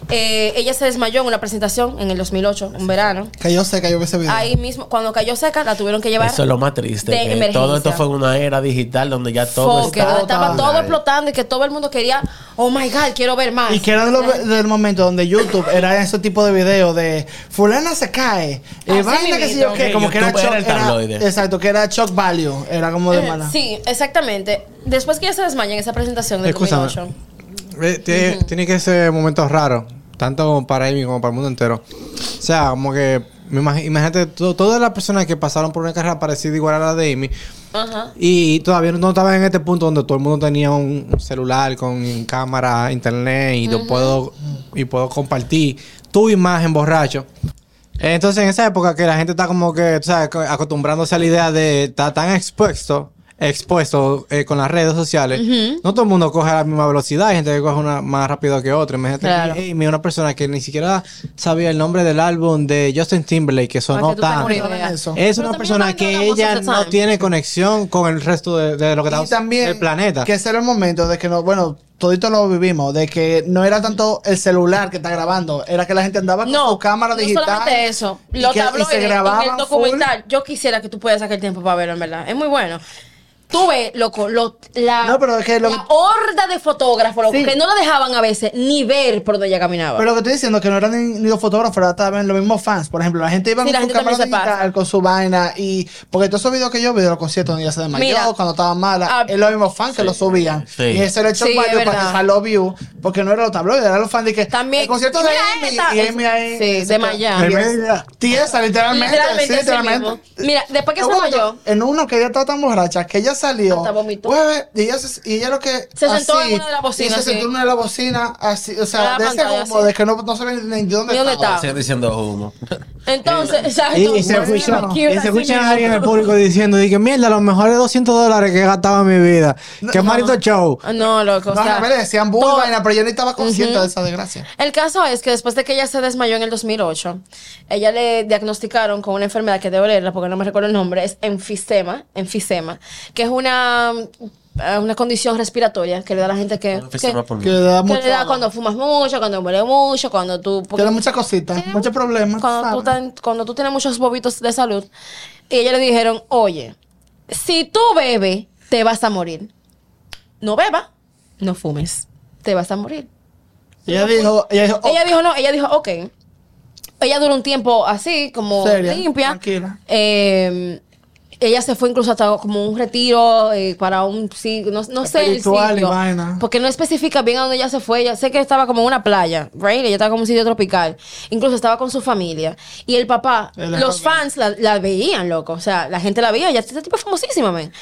Speaker 2: Eh, ella se desmayó en una presentación en el 2008, un verano.
Speaker 1: Que yo sé que yo vi ese video.
Speaker 2: Ahí mismo, cuando cayó seca, la tuvieron que llevar.
Speaker 3: Eso es lo más triste.
Speaker 2: de
Speaker 3: que
Speaker 2: emergencia.
Speaker 3: todo esto fue en una era digital donde ya todo
Speaker 2: Fo- que
Speaker 3: está.
Speaker 2: estaba todo
Speaker 3: online.
Speaker 2: explotando y que todo el mundo quería, oh my god, quiero ver más.
Speaker 1: Y que era de los- del momento donde YouTube era ese tipo de video de fulana se cae. Y
Speaker 2: Así
Speaker 1: vaina que sé yo
Speaker 2: mismito.
Speaker 1: qué,
Speaker 3: Sí,
Speaker 1: como que era
Speaker 3: YouTube
Speaker 1: shock.
Speaker 3: era el tabloide.
Speaker 1: exacto, que era shock value. Era como de
Speaker 2: Eh,
Speaker 1: mala.
Speaker 2: Sí, exactamente. Después que ella se desmaya en esa presentación del
Speaker 4: Escúchame.
Speaker 2: 2008.
Speaker 4: Eh, tiene, tiene que ser momentos raros, tanto como para Amy como para el mundo entero. O sea, como que me imagi- imagínate to- todas las personas que pasaron por una carrera parecida igual a la de Amy
Speaker 2: Ajá.
Speaker 4: y todavía no estaban en este punto donde todo el mundo tenía un un celular con cámara, internet y lo puedo y puedo compartir tu imagen borracho. Entonces, en esa época que la gente está como que, tú sabes, co- acostumbrándose a la idea de estar tan expuesto, expuesto eh, con las redes sociales, no todo el mundo coge a la misma velocidad, hay gente que coge una más rápido que otra. Imagínate
Speaker 2: Claro.
Speaker 4: que Amy, una persona que ni siquiera sabía el nombre del álbum de Justin Timberlake, que sonó
Speaker 2: que tú te
Speaker 4: tan...
Speaker 2: morías.
Speaker 4: Es
Speaker 2: Pero
Speaker 4: una
Speaker 2: también
Speaker 4: persona
Speaker 2: hablando de
Speaker 4: que
Speaker 2: la voz
Speaker 4: ella
Speaker 2: at the
Speaker 4: no
Speaker 2: time.
Speaker 4: tiene conexión con el resto de, de lo que
Speaker 1: Y
Speaker 4: está
Speaker 1: también
Speaker 4: el planeta.
Speaker 1: que ese era el momento de que no, bueno, todito lo vivimos, de que no era tanto el celular que está grabando, era que la gente andaba con
Speaker 2: No,
Speaker 1: su cámara
Speaker 2: no
Speaker 1: digital.
Speaker 2: solamente eso.
Speaker 1: y
Speaker 2: Lo
Speaker 1: que- y
Speaker 2: tabloides
Speaker 1: se
Speaker 2: en
Speaker 1: grababan
Speaker 2: el documental. Yo quisiera que tú puedas sacar el tiempo para verlo, en verdad. Es muy bueno. Tú ves, loco, lo- la,
Speaker 1: No, pero es que lo-
Speaker 2: la horda de fotógrafos, loco,
Speaker 1: Sí.
Speaker 2: que no la dejaban a veces ni ver por donde ella caminaba.
Speaker 1: Pero lo que estoy diciendo es que no eran ni, ni los fotógrafos, eran también los mismos fans. Por ejemplo, la gente iba
Speaker 2: Sí,
Speaker 1: con
Speaker 2: la
Speaker 1: su
Speaker 2: gente también
Speaker 1: cámara
Speaker 2: se pasa.
Speaker 1: digital, con su vaina. y Porque todos esos videos que yo vi de los conciertos donde ella se desmayó,
Speaker 2: Mira.
Speaker 1: cuando estaba mala,
Speaker 2: Ah.
Speaker 1: es los mismos fans que lo subían.
Speaker 3: Sí.
Speaker 1: Y ese le echó
Speaker 2: Sí,
Speaker 1: un
Speaker 2: es
Speaker 1: barrio para
Speaker 2: verdad.
Speaker 1: que jaló view, porque no eran los tabloides, eran los fans de que.
Speaker 2: También-
Speaker 1: El concierto de
Speaker 2: Mira esta.
Speaker 1: Amy y Amy ahí.
Speaker 2: Sí,
Speaker 1: eh,
Speaker 2: de
Speaker 1: se-
Speaker 2: Miami.
Speaker 1: Tiesa, Tiesa, literalmente.
Speaker 2: Literalmente,
Speaker 1: sí,
Speaker 2: así
Speaker 1: literalmente.
Speaker 2: mismo. Mira, después que se
Speaker 1: Hubo
Speaker 2: desmayó-
Speaker 1: otro- En uno que ella estaba tan borracha que ella salió.
Speaker 2: Hasta vomitó.
Speaker 1: Hueve, y, ella se- y ella lo que.
Speaker 2: Se sentó en
Speaker 1: así,
Speaker 2: una de las bocinas,
Speaker 1: y Se
Speaker 2: sí.
Speaker 1: sentó en una de las bocinas, así. O
Speaker 2: Para
Speaker 1: sea,
Speaker 2: la
Speaker 1: de ese
Speaker 2: pantalla,
Speaker 1: humo,
Speaker 2: sí.
Speaker 1: de que no, no sabía ni ni dónde,
Speaker 2: Ni dónde
Speaker 1: estaba.
Speaker 2: estaba.
Speaker 3: Sigue diciendo humo.
Speaker 2: Entonces, exacto.
Speaker 4: Y, y se
Speaker 2: Bueno,
Speaker 4: escucha,
Speaker 2: cute,
Speaker 4: y se
Speaker 2: así
Speaker 4: escucha
Speaker 2: mismo.
Speaker 4: a alguien en el público diciendo, dije, mierda, los mejores 200 dólares que he gastado en mi vida. Qué marito show.
Speaker 2: Ah, No, loco. o
Speaker 1: No,
Speaker 2: sea,
Speaker 1: no me decían burla,
Speaker 2: todo-
Speaker 1: vaina, pero yo ni estaba consciente de esa desgracia.
Speaker 2: El caso es que después de que ella se desmayó en el 2008, ella le diagnosticaron con una enfermedad que debo leerla porque no me recuerdo el nombre, es enfisema, enfisema, que es una, eh, una condición respiratoria que le da a la gente que, que,
Speaker 3: Enfisema
Speaker 1: Que
Speaker 3: pulmonar.
Speaker 1: le da
Speaker 2: que
Speaker 1: mucho.
Speaker 2: le da cuando fumas mucho, cuando mueres mucho, cuando tú... porque-
Speaker 1: Tiene muchas cositas, muchos problemas.
Speaker 2: cuando tú,
Speaker 1: ¿sabes?
Speaker 2: tan- cuando tú tienes muchos bobitos de salud, y ellos le dijeron, oye, si tú bebes, te vas a morir. No bebas, no fumes, te vas a morir.
Speaker 1: Ella dijo. Ella dijo. oh,
Speaker 2: Ella dijo, no, ella dijo, ok. Ella duró un tiempo así, como
Speaker 1: Seria,
Speaker 2: limpia.
Speaker 1: tranquila.
Speaker 2: Eh, ella se fue incluso hasta como un retiro eh, para un sí, no, no sé el
Speaker 1: Espiritual y
Speaker 2: sitio,
Speaker 1: vaina.
Speaker 2: porque no especifica bien a dónde ella se fue. Ella sé que estaba como en una playa, right? Ella estaba como en un sitio tropical. Incluso estaba con su familia y el papá,
Speaker 1: El
Speaker 2: los
Speaker 1: joven.
Speaker 2: fans la, la veían, loco. O sea, la gente la veía. Ella este tipo es famosísima, man.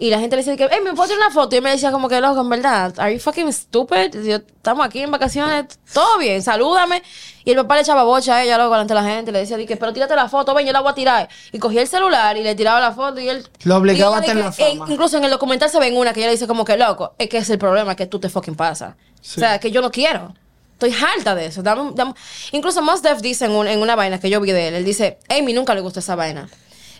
Speaker 2: Y la gente le decía que, hey, me puedo hacer una foto. Y me decía como que, loco, en verdad, are you fucking stupid? Yo- estamos aquí en vacaciones, todo bien, salúdame. Y el papá le echaba bocha a ella, loco, delante de la gente. Le decía, di que, pero tírate la foto, ven, yo la voy a tirar. Y cogía el celular y le tiraba la foto y él...
Speaker 1: Lo
Speaker 2: y ella
Speaker 1: obligaba a
Speaker 2: di
Speaker 1: tener
Speaker 2: que-
Speaker 1: la fama.
Speaker 2: e- incluso en el documental se ve en una que ella le dice como que, loco, es que es el problema que tú te fucking pasas. O sea, que yo no quiero. Estoy harta de eso. Dame- dame- Incluso Mos Def dice en, un- en una vaina que yo vi de él, él dice, Amy nunca le gustó esa vaina.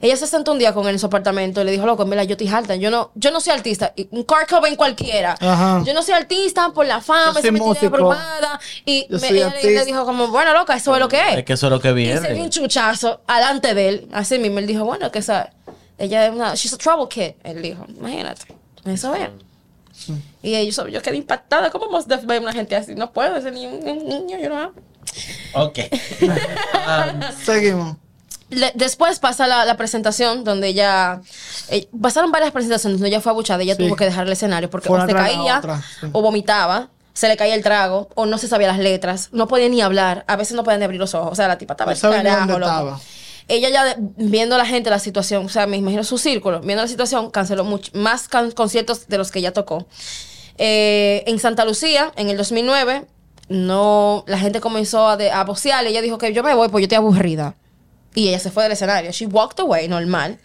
Speaker 2: Ella se sentó un día con él en su apartamento y le dijo, loco, mira, yo estoy harta. Yo no, yo no soy artista. Y Un Kurt Cobain cualquiera.
Speaker 1: Ajá.
Speaker 2: Yo no soy artista por la fama,
Speaker 1: Yo
Speaker 2: eso
Speaker 1: soy
Speaker 2: me tiene
Speaker 1: músico.
Speaker 2: abrumada. Y me-
Speaker 1: Yo soy
Speaker 2: ella le- le
Speaker 1: artista.
Speaker 2: dijo como, bueno, loca, eso es lo que es.
Speaker 3: Es que eso es lo que
Speaker 2: Y se dio un
Speaker 3: viene.
Speaker 2: chuchazo alante de él. Así mismo, él dijo, bueno, que esa... Ella es una... She's a trouble kid. Él dijo, imagínate. Eso es. Y ahí yo, yo quedé impactada. ¿Cómo Mos Def ve a una gente así? No puedo, ese ni un, un niño, yo no hago.
Speaker 3: Ok.
Speaker 1: Seguimos.
Speaker 2: Le- después pasa la, la presentación donde ella... eh, pasaron varias presentaciones donde ella fue abuchada. Ella
Speaker 1: Sí.
Speaker 2: tuvo que dejar el escenario porque
Speaker 1: Fue
Speaker 2: o
Speaker 1: una
Speaker 2: se
Speaker 1: tras la
Speaker 2: caía
Speaker 1: otra, sí.
Speaker 2: o vomitaba. Se le caía el trago o no se sabía las letras. No podía ni hablar. A veces no podía ni abrir los ojos. O sea, la tipa estaba
Speaker 1: No
Speaker 2: el
Speaker 1: sabía ni
Speaker 2: carajo,
Speaker 1: dónde
Speaker 2: loco.
Speaker 1: estaba.
Speaker 2: Ella ya de- viendo la gente, la situación, o sea, me imagino su círculo, viendo la situación, canceló much- más can- conciertos de los que ya tocó. Eh, en Santa Lucía, en el 2009, no, la gente comenzó a, de, a vocear. Ella dijo que yo me voy porque yo estoy aburrida. Y ella se fue del escenario. She walked away, normal.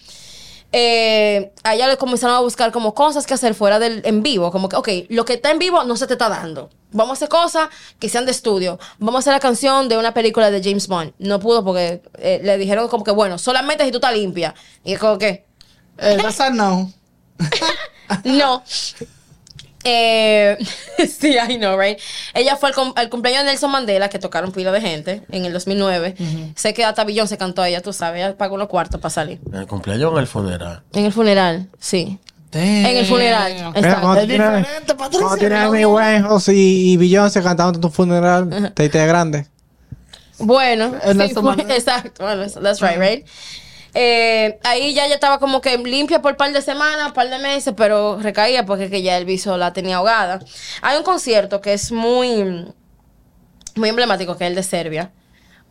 Speaker 2: Eh, a ella le comenzaron a buscar como cosas que hacer fuera del en vivo. Como que, ok, lo que está en vivo no se te está dando. Vamos a hacer cosas que sean de estudio. Vamos a hacer la canción de una película de James Bond. No pudo porque eh, le dijeron como que, bueno, solamente si tú estás limpia. Y es como que,
Speaker 1: Eh, esa no.
Speaker 2: no. Eh, sí, I know, right? Ella fue al, cum- al cumpleaños de Nelson Mandela, que tocaron pila de gente en el 2009. Sé que hasta Billón se cantó a ella, tú sabes, ella pagó unos cuartos para salir.
Speaker 3: En el cumpleaños o en el funeral.
Speaker 2: En el funeral, sí. En el funeral.
Speaker 4: Mira,
Speaker 2: exacto.
Speaker 4: cuando
Speaker 1: Es
Speaker 4: tú tienes-
Speaker 1: diferente, Patricia,
Speaker 4: cuando tienes
Speaker 1: ¿no?
Speaker 4: a mi Winehouse y, y Beyoncé cantando en tu funeral, te te grande.
Speaker 2: Bueno,
Speaker 1: En
Speaker 2: sí,
Speaker 1: esa
Speaker 2: fue-
Speaker 1: manera.
Speaker 2: exacto, bueno, eso- that's right, right? Eh, ahí ya ya estaba como que limpia por un par de semanas, un par de meses, pero recaía porque es que ya el viso la tenía ahogada. Hay un concierto que es muy, muy emblemático, que es el de Serbia.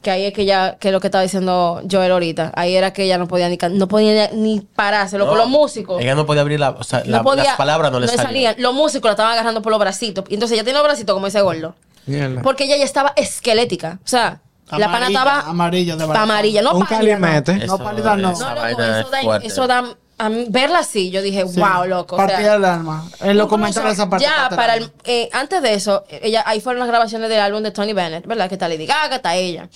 Speaker 2: Que ahí es que ya, que es lo que estaba diciendo Joel ahorita. Ahí era que ella no podía ni, can- no podía ni pararse, loco,
Speaker 3: No,
Speaker 2: los músicos.
Speaker 3: Ella no podía abrir la, o sea,
Speaker 2: no
Speaker 3: la-
Speaker 2: podía-
Speaker 3: las palabras no le salían.
Speaker 2: Los músicos la estaban agarrando por los bracitos. Y entonces ella tiene los bracitos como ese gordo.
Speaker 4: Mierda.
Speaker 2: Porque ella ya estaba esquelética. O sea, la pana
Speaker 1: Amarilla,
Speaker 2: estaba
Speaker 1: amarilla, de verdad.
Speaker 2: amarilla, no
Speaker 4: Un
Speaker 2: pálida, no.
Speaker 4: calimete.
Speaker 1: No, pálida no.
Speaker 2: No,
Speaker 3: esa
Speaker 2: loco,
Speaker 3: vaina
Speaker 2: eso,
Speaker 3: es
Speaker 2: da,
Speaker 3: fuerte.
Speaker 2: eso da- a mí- verla así, yo dije, wow, loco. o sea,
Speaker 1: Partida del alma. En los
Speaker 2: incluso
Speaker 1: comentarios esa parte.
Speaker 2: Ya,
Speaker 1: parte del
Speaker 2: para el-
Speaker 1: alma.
Speaker 2: eh, antes de eso, ella, ahí fueron las grabaciones del álbum de Tony Bennett, ¿verdad? Que está Lady Gaga, está ella.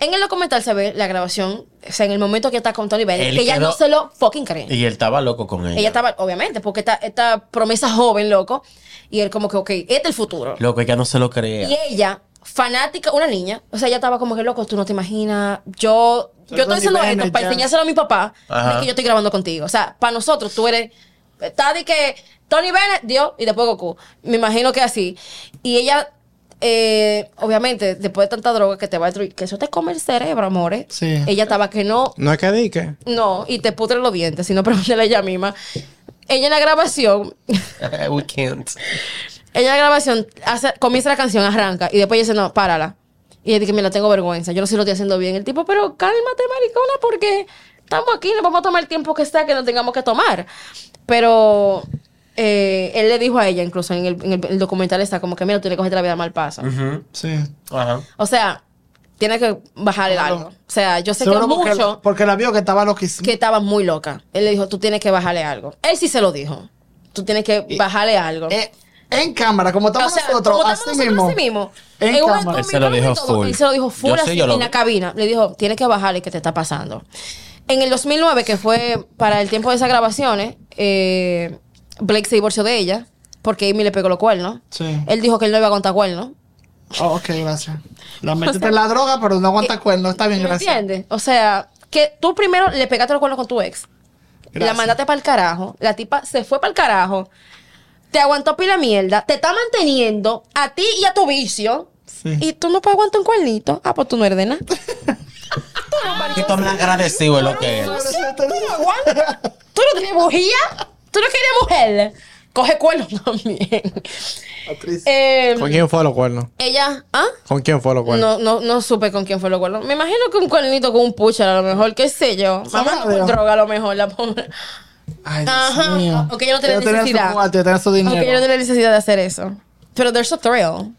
Speaker 2: En el documental se ve la grabación, o sea, en el momento que está con Tony Bennett,
Speaker 3: Él
Speaker 2: que ella
Speaker 3: quedó-
Speaker 2: no se lo fucking cree.
Speaker 3: Y él estaba loco con ella.
Speaker 2: Ella estaba, obviamente, porque esta, esta promesa joven, loco, y él como que, ok, este es el futuro.
Speaker 3: Loco, ella no se lo creía.
Speaker 2: Y ella, fanática, una niña, o sea, ella estaba como que loco, tú no te imaginas, yo,
Speaker 1: Soy
Speaker 2: yo estoy
Speaker 1: Tony
Speaker 2: haciendo
Speaker 1: Bennett,
Speaker 2: esto para
Speaker 1: ya.
Speaker 2: enseñárselo a mi papá,
Speaker 3: Ajá.
Speaker 2: de que yo estoy grabando contigo. O sea, para nosotros tú eres Está de que Tony Bennett dio y después Goku. Me imagino que así. Y ella, eh, obviamente, después de tanta droga que te va a destruir, que eso te come el cerebro, amores.
Speaker 1: Sí.
Speaker 2: Ella estaba que no,
Speaker 4: No es que dique.
Speaker 2: no, y te pudre los dientes, sino pregúntale a ella misma. Ella en la grabación,
Speaker 3: We can't.
Speaker 2: ella en la grabación hace- comienza la canción, arranca, y después ella dice, no, párala. Y ella dice, mira, tengo vergüenza, yo no sé si lo estoy haciendo bien. El tipo, pero cálmate, maricona, porque estamos aquí, nos vamos a tomar el tiempo que sea que nos tengamos que tomar. Pero eh, él le dijo a ella, incluso en el, en el- el documental está como que, mira, tú le cogiste la vida mal paso.
Speaker 3: Ujú.
Speaker 1: Sí.
Speaker 3: Ajá.
Speaker 2: O sea, tiene que bajar el
Speaker 1: Claro.
Speaker 2: algo. O sea, yo sé que
Speaker 1: Seguro porque,
Speaker 2: mucho
Speaker 1: porque la vio que estaba loquísima.
Speaker 2: que estaba muy loca. Él le dijo, tú tienes que bajarle algo. Él sí se lo dijo. Tú tienes que bajarle algo.
Speaker 1: Eh, en cámara, como
Speaker 2: o
Speaker 1: estamos
Speaker 2: sea,
Speaker 1: nosotros,
Speaker 2: como
Speaker 1: así
Speaker 2: estamos nosotros
Speaker 1: mismo.
Speaker 2: así mismo.
Speaker 1: En
Speaker 2: un-
Speaker 1: cámara.
Speaker 2: con
Speaker 3: Él se lo
Speaker 2: micrófono y
Speaker 3: dijo
Speaker 2: todo,
Speaker 3: full.
Speaker 2: Él se lo dijo full
Speaker 3: Yo sé,
Speaker 2: así
Speaker 3: yo lo
Speaker 2: en
Speaker 3: vi.
Speaker 2: la cabina. Le dijo, tienes que bajarle que te está pasando. En el 2009, que fue para el tiempo de esas grabaciones, eh, Blake se divorció de ella porque Amy le pegó los cuernos.
Speaker 1: Sí.
Speaker 2: Él dijo que él no iba a contar cuernos.
Speaker 1: Oh, ok, gracias. La metiste en la droga, pero no aguanta cuerno. Está bien,
Speaker 2: eh, ¿Me
Speaker 1: gracias.
Speaker 2: entiendes? O sea, que tú primero le pegaste los cuernos con tu ex. La
Speaker 1: Gracias.
Speaker 2: mandaste para el carajo. La tipa se fue para el carajo. Te aguantó pila de mierda. Te está manteniendo a ti y a tu vicio.
Speaker 1: Sí.
Speaker 2: Y tú no puedes aguantar un cuernito. Ah, pues tú no eres de nada.
Speaker 3: Y tú me agradecido es lo que es.
Speaker 2: aguanta. Tú no tienes bujía. Tú no querías mujer. Coge cuernos también. Eh,
Speaker 4: ¿Con quién fue los cuernos?
Speaker 2: ella, ¿ah?
Speaker 4: ¿Con quién fue los cuernos?
Speaker 2: No, no, no supe con quién fue los cuernos. Me imagino que un cuernito con un puchar a lo mejor, qué sé yo.
Speaker 1: Sabrá
Speaker 2: Mamá con
Speaker 1: Dios.
Speaker 2: droga a lo mejor, la pobre.
Speaker 1: Ay, Dios
Speaker 2: Eh, Ajá. ah,
Speaker 1: mío.
Speaker 2: Ok, yo no tenía
Speaker 1: Ella tenía
Speaker 2: necesidad.
Speaker 1: su cuarto, ella tenía su
Speaker 2: Aunque yo no
Speaker 1: dinero.
Speaker 2: tenía necesidad de hacer eso. Pero there's a thrill.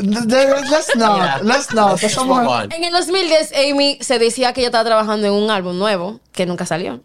Speaker 1: Let's
Speaker 3: Mira.
Speaker 1: not, let's not.
Speaker 3: Let's
Speaker 1: Somos-
Speaker 3: move on.
Speaker 2: En el 2010, Amy se decía que ella estaba trabajando en un álbum nuevo que nunca salió.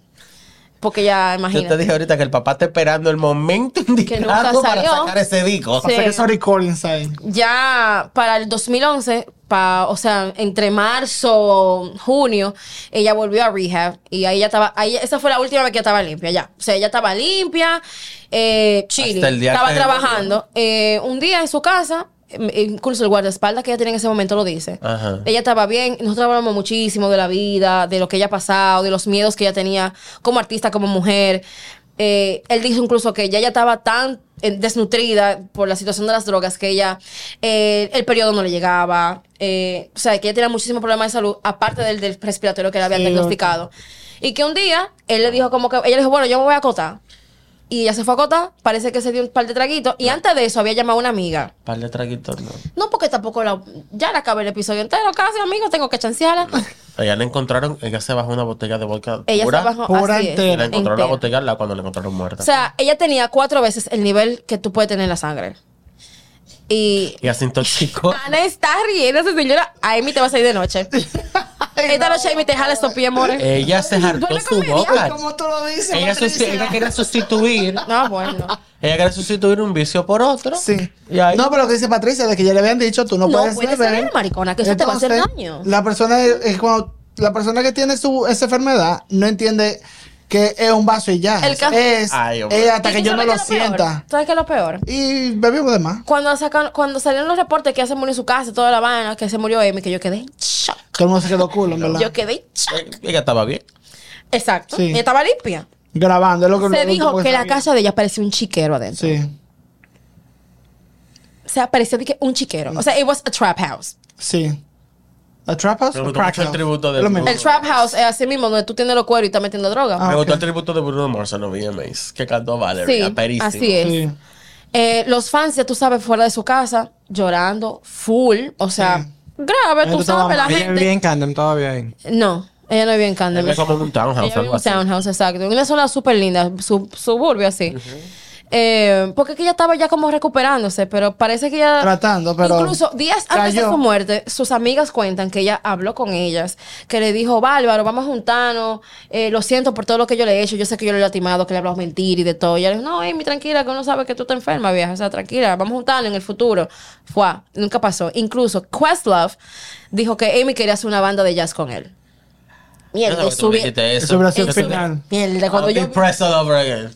Speaker 2: Porque ya,
Speaker 3: Yo te
Speaker 2: imagínate.
Speaker 3: dije ahorita que el papá está esperando el momento indicado para
Speaker 2: salió.
Speaker 3: sacar ese disco.
Speaker 2: Sí.
Speaker 1: Pasa que son recordings ahí.
Speaker 2: Ya para el 2011, pa- o sea, entre marzo, junio, ella volvió a rehab. Y ahí ya estaba, ahí, esa fue la última vez que ella estaba limpia, ya. O sea, ella estaba limpia, eh, chilling,
Speaker 3: Hasta el día
Speaker 2: estaba
Speaker 3: que-
Speaker 2: trabajando. Eh, un día en su casa, em, incluso el guardaespaldas que ella tiene en ese momento lo dice.
Speaker 3: Ajá.
Speaker 2: Ella estaba bien, nosotros hablamos muchísimo de la vida, de lo que ella ha pasado, de los miedos que ella tenía como artista, como mujer. Eh, él dijo incluso que ella ya estaba tan eh, desnutrida por la situación de las drogas que ella, eh, el periodo no le llegaba, eh, o sea, que ella tenía muchísimos problemas de salud, aparte del, del respiratorio que le habían
Speaker 1: Sí,
Speaker 2: diagnosticado. Y que un día él le dijo como que, ella le dijo, bueno, yo me voy a acotar. Y ella se fue a acotar, parece que se dio un par de traguitos, y antes de eso había llamado a una amiga.
Speaker 3: Par de traguitos, no.
Speaker 2: Ah. No, porque tampoco la, ya la acabé el episodio entero, casi, amigo, tengo que chancearla.
Speaker 3: Ella le encontraron, ella se bajó una botella de vodka
Speaker 2: Ella
Speaker 3: pura.
Speaker 2: se bajó
Speaker 1: pura
Speaker 2: así es,
Speaker 1: entera.
Speaker 3: Y la encontraron la
Speaker 2: entera.
Speaker 3: botella la cuando la encontraron muerta.
Speaker 2: O sea, ella tenía cuatro veces el nivel que tú puedes tener en la sangre. Y
Speaker 3: y así intoxicó.
Speaker 2: Ana está riéndose, señora. A Amy te va a salir de noche. Esta noche Amy te jala estos pies, more.
Speaker 3: ella se hartó
Speaker 2: Buena
Speaker 3: su
Speaker 2: comedia.
Speaker 1: Ay,
Speaker 3: boca.
Speaker 1: como tú lo dices,
Speaker 3: Ella, susti-
Speaker 1: Patricia.
Speaker 3: ella quería sustituir.
Speaker 2: No, bueno.
Speaker 3: Ella quería sustituir un vicio por otro.
Speaker 1: Sí.
Speaker 3: Y ahí-
Speaker 1: No, pero lo que dice Patricia, de que ya le habían dicho, tú no,
Speaker 2: No
Speaker 1: puedes,
Speaker 2: puedes
Speaker 1: beber.
Speaker 2: beber, maricona, que eso te va a hacer
Speaker 1: Entonces,
Speaker 2: daño.
Speaker 1: La persona es cuando la persona que tiene su esa enfermedad no entiende que es un vaso y ya.
Speaker 2: El ca-
Speaker 1: es,
Speaker 3: Ay, hombre.
Speaker 1: es hasta que
Speaker 2: ¿Y tú
Speaker 1: yo no
Speaker 2: sabes
Speaker 1: lo
Speaker 2: qué es peor?
Speaker 1: sienta.
Speaker 2: ¿Sabes qué es lo peor?
Speaker 1: Y bebimos de más.
Speaker 2: Cuando, sacan, cuando salieron los reportes que ella se murió en su casa, toda la vaina, que se murió Amy, que yo quedé en shock.
Speaker 1: Todo el mundo se quedó culo, en ¿verdad?
Speaker 2: Yo quedé en shock.
Speaker 3: Eh, Ella estaba bien.
Speaker 2: Exacto.
Speaker 1: Sí.
Speaker 2: Ella estaba limpia.
Speaker 1: Grabando, es lo que
Speaker 2: Se
Speaker 1: lo último
Speaker 2: dijo que la
Speaker 1: sabía.
Speaker 2: casa de ella parecía un chiquero adentro.
Speaker 1: Sí,
Speaker 2: O sea, parecía de que un chiquero. O sea, it was a trap house.
Speaker 1: sí. ¿La Trap House?
Speaker 3: Me
Speaker 1: o
Speaker 3: gustó
Speaker 1: Crack
Speaker 3: mucho el
Speaker 1: House?
Speaker 3: tributo de-
Speaker 1: Es lo mismo.
Speaker 2: El trap house es así mismo, donde tú tienes los cueros y estás metiendo droga.
Speaker 1: Ah,
Speaker 3: Me gustó
Speaker 1: ok.
Speaker 3: el tributo de Bruno Mars en los VMAs que cantó
Speaker 2: sí,
Speaker 3: Valerie. aperísimo.
Speaker 2: así es.
Speaker 1: Sí.
Speaker 2: Eh, los fans, ya tú sabes, fuera de su casa, llorando, full. O sea,
Speaker 1: Sí.
Speaker 2: grave, tú
Speaker 1: Entonces,
Speaker 2: sabes, la
Speaker 1: vamos,
Speaker 2: gente.
Speaker 4: Bien, bien, Candem, todo bien.
Speaker 2: No, ella no vive en Candem.
Speaker 3: Ella vive como en un townhouse,
Speaker 2: Ella vive en
Speaker 3: algo
Speaker 2: un
Speaker 3: así.
Speaker 2: townhouse, exacto. En una zona súper linda, su- suburbio así. Eh, porque es que ella estaba ya como recuperándose, pero parece que ella...
Speaker 1: Tratando, pero
Speaker 2: Incluso días antes de
Speaker 1: cayó.
Speaker 2: su muerte, sus amigas cuentan que ella habló con ellas, que le dijo, Bárbaro, vamos a juntarnos, eh, lo siento por todo lo que yo le he hecho, yo sé que yo le he latimado, que le he hablado mentira y de todo. Y ella le dijo, no, Amy, tranquila, que uno sabe que tú estás enferma, vieja, o sea, tranquila, vamos a juntarnos en el futuro. Fue, nunca pasó. Incluso Questlove dijo que Amy quería hacer una banda de jazz con él.
Speaker 3: Yo
Speaker 2: Mierda,
Speaker 3: sé que tú me
Speaker 2: subí-
Speaker 3: dijiste eso.
Speaker 1: Eso hubiera sido
Speaker 3: Yo
Speaker 1: el
Speaker 3: sé que-
Speaker 1: final.
Speaker 2: Mierda, cuando
Speaker 3: I'll be
Speaker 2: yo...
Speaker 3: pressed all over again.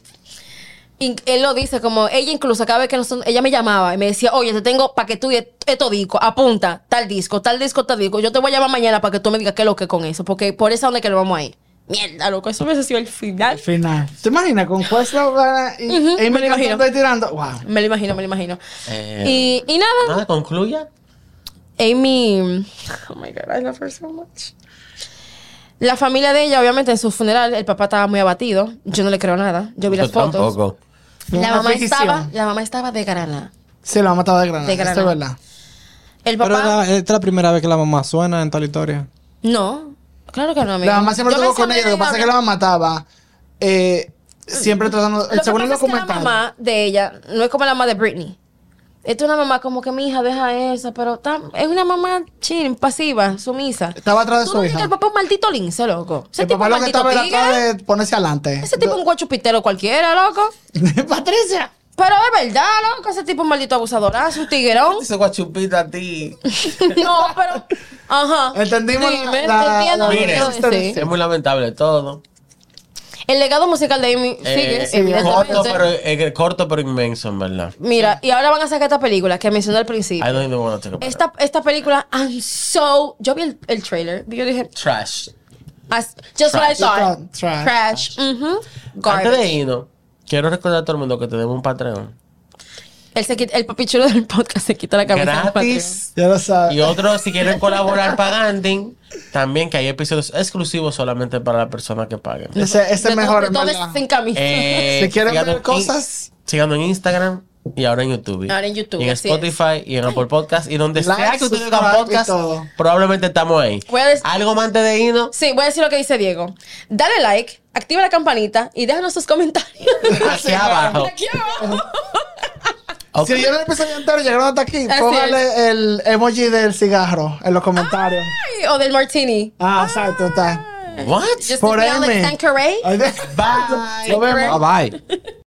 Speaker 2: In- él lo dice como ella incluso cada vez que nosotros, ella me llamaba y me decía oye te tengo para que tú esto disco apunta tal disco tal disco tal disco yo te voy a llamar mañana para que tú me digas qué es lo que con eso porque por esa onda que lo vamos a ir Mierda, loco, eso hubiese sido el final.
Speaker 1: Al final. ¿Te imaginas? Con Questlove gana y
Speaker 2: Ujú,
Speaker 1: Emily
Speaker 2: me lo
Speaker 1: cantando
Speaker 2: imagino.
Speaker 1: y tirando. Wow.
Speaker 2: Me lo imagino, me lo imagino.
Speaker 3: Eh,
Speaker 2: Y, y nada,
Speaker 3: Nada, concluya.
Speaker 2: Amy. Oh my God, I love her so much. La familia de ella, obviamente, en su funeral, el papá estaba muy abatido. Yo no le creo nada. Yo vi
Speaker 3: Yo
Speaker 2: las fotos.
Speaker 3: tampoco.
Speaker 2: La
Speaker 1: Una
Speaker 2: mamá
Speaker 1: ficción.
Speaker 2: estaba, la mamá estaba de granada.
Speaker 1: Sí, lo ha matado de granada.
Speaker 2: De
Speaker 1: Esto es
Speaker 2: granada.
Speaker 1: verdad.
Speaker 2: El
Speaker 4: Pero
Speaker 2: papá.
Speaker 4: la- esta es la primera vez que la mamá suena en tal historia.
Speaker 2: No, claro que no, amigo.
Speaker 1: La mamá siempre
Speaker 2: Yo
Speaker 1: estuvo con
Speaker 2: mencioné
Speaker 1: ella. Lo que pasa es que la mamá mataba. Eh, siempre tratando.
Speaker 2: Lo
Speaker 1: El
Speaker 2: que
Speaker 1: segundo
Speaker 2: pasa es que la
Speaker 1: documental.
Speaker 2: mamá de ella no es como la mamá de Britney. Esta es una mamá como que mi hija deja eso, pero tam- es una mamá chill, pasiva, sumisa.
Speaker 1: Estaba atrás de
Speaker 2: Tú
Speaker 1: su
Speaker 2: no
Speaker 1: hija.
Speaker 2: digas que el papá es un maldito lince, loco. Ese
Speaker 1: El
Speaker 2: tipo
Speaker 1: papá
Speaker 2: es
Speaker 1: lo que
Speaker 2: maldito
Speaker 1: estaba era
Speaker 2: tigre.
Speaker 1: atrás de ponerse adelante.
Speaker 2: Ese tipo es un guachupitero cualquiera, loco.
Speaker 1: Patricia.
Speaker 2: Pero es verdad, loco. Ese tipo es un maldito abusadorazo, un tiguerón.
Speaker 3: Ese guachupita a ti.
Speaker 2: no, pero. Ajá.
Speaker 1: Entendimos la-
Speaker 2: Dime,
Speaker 1: la-
Speaker 2: te entiendo
Speaker 1: la-
Speaker 2: lo que
Speaker 3: Mire.
Speaker 2: quieres decir.
Speaker 3: Es muy lamentable todo.
Speaker 2: El legado musical de Amy sigue,
Speaker 3: Eh,
Speaker 2: evidentemente.
Speaker 3: corto, pero, eh, corto pero inmenso, en verdad.
Speaker 2: Mira, y ahora van a sacar esta película que mencioné al principio.
Speaker 3: I don't even want to talk about
Speaker 2: Esta, esta película, I'm so. Yo vi el, el trailer y yo dije,
Speaker 3: it. Trash.
Speaker 2: as- just what I
Speaker 3: Trash.
Speaker 2: thought.
Speaker 1: Trash.
Speaker 2: Trash. Mhm. Garbage.
Speaker 3: Antes de irnos, quiero recordar a todo el mundo que tenemos un Patreon.
Speaker 2: Él se quita- el papichulo del podcast se quita la cabeza. del Patreon.
Speaker 3: Gratis.
Speaker 1: Ya lo sabes.
Speaker 3: Y otro, si quieren colaborar pagando, también que hay episodios exclusivos solamente para la persona que paguen.
Speaker 1: Ese es
Speaker 2: De todo-
Speaker 1: mejor,
Speaker 2: de
Speaker 1: en
Speaker 2: todo
Speaker 1: verdad.
Speaker 2: es sin camisa.
Speaker 3: Eh,
Speaker 1: Si quieren
Speaker 3: síganos
Speaker 1: ver
Speaker 3: en-
Speaker 1: cosas.
Speaker 3: síganos en Instagram y ahora en YouTube.
Speaker 2: Ahora en YouTube,
Speaker 3: Y en
Speaker 2: así es.
Speaker 3: Spotify y en Apple Podcast. Y donde
Speaker 1: Like,
Speaker 3: sea que ustedes
Speaker 1: subscribe
Speaker 3: hagan
Speaker 1: y
Speaker 3: podcast,
Speaker 1: todo.
Speaker 3: probablemente estamos ahí.
Speaker 2: Voy a decir-
Speaker 3: Algo más antes de irnos.
Speaker 2: Sí, voy a decir lo que dice Diego. Dale like, activa la campanita y déjanos tus comentarios.
Speaker 3: Hacia abajo.
Speaker 2: Aquí abajo.
Speaker 3: Ok.
Speaker 1: Si oyeron el episodio entero y llegaron hasta aquí,
Speaker 2: Así
Speaker 1: póngale el emoji del cigarro en los comentarios.
Speaker 2: Ay, o del martini.
Speaker 1: Ah, exacto, está.
Speaker 3: What?
Speaker 2: Just
Speaker 1: Por
Speaker 2: Alex
Speaker 1: M.
Speaker 2: Tanqueray.
Speaker 1: Ay, de-
Speaker 3: Bye.
Speaker 1: Nos vemos.
Speaker 4: Bye bye.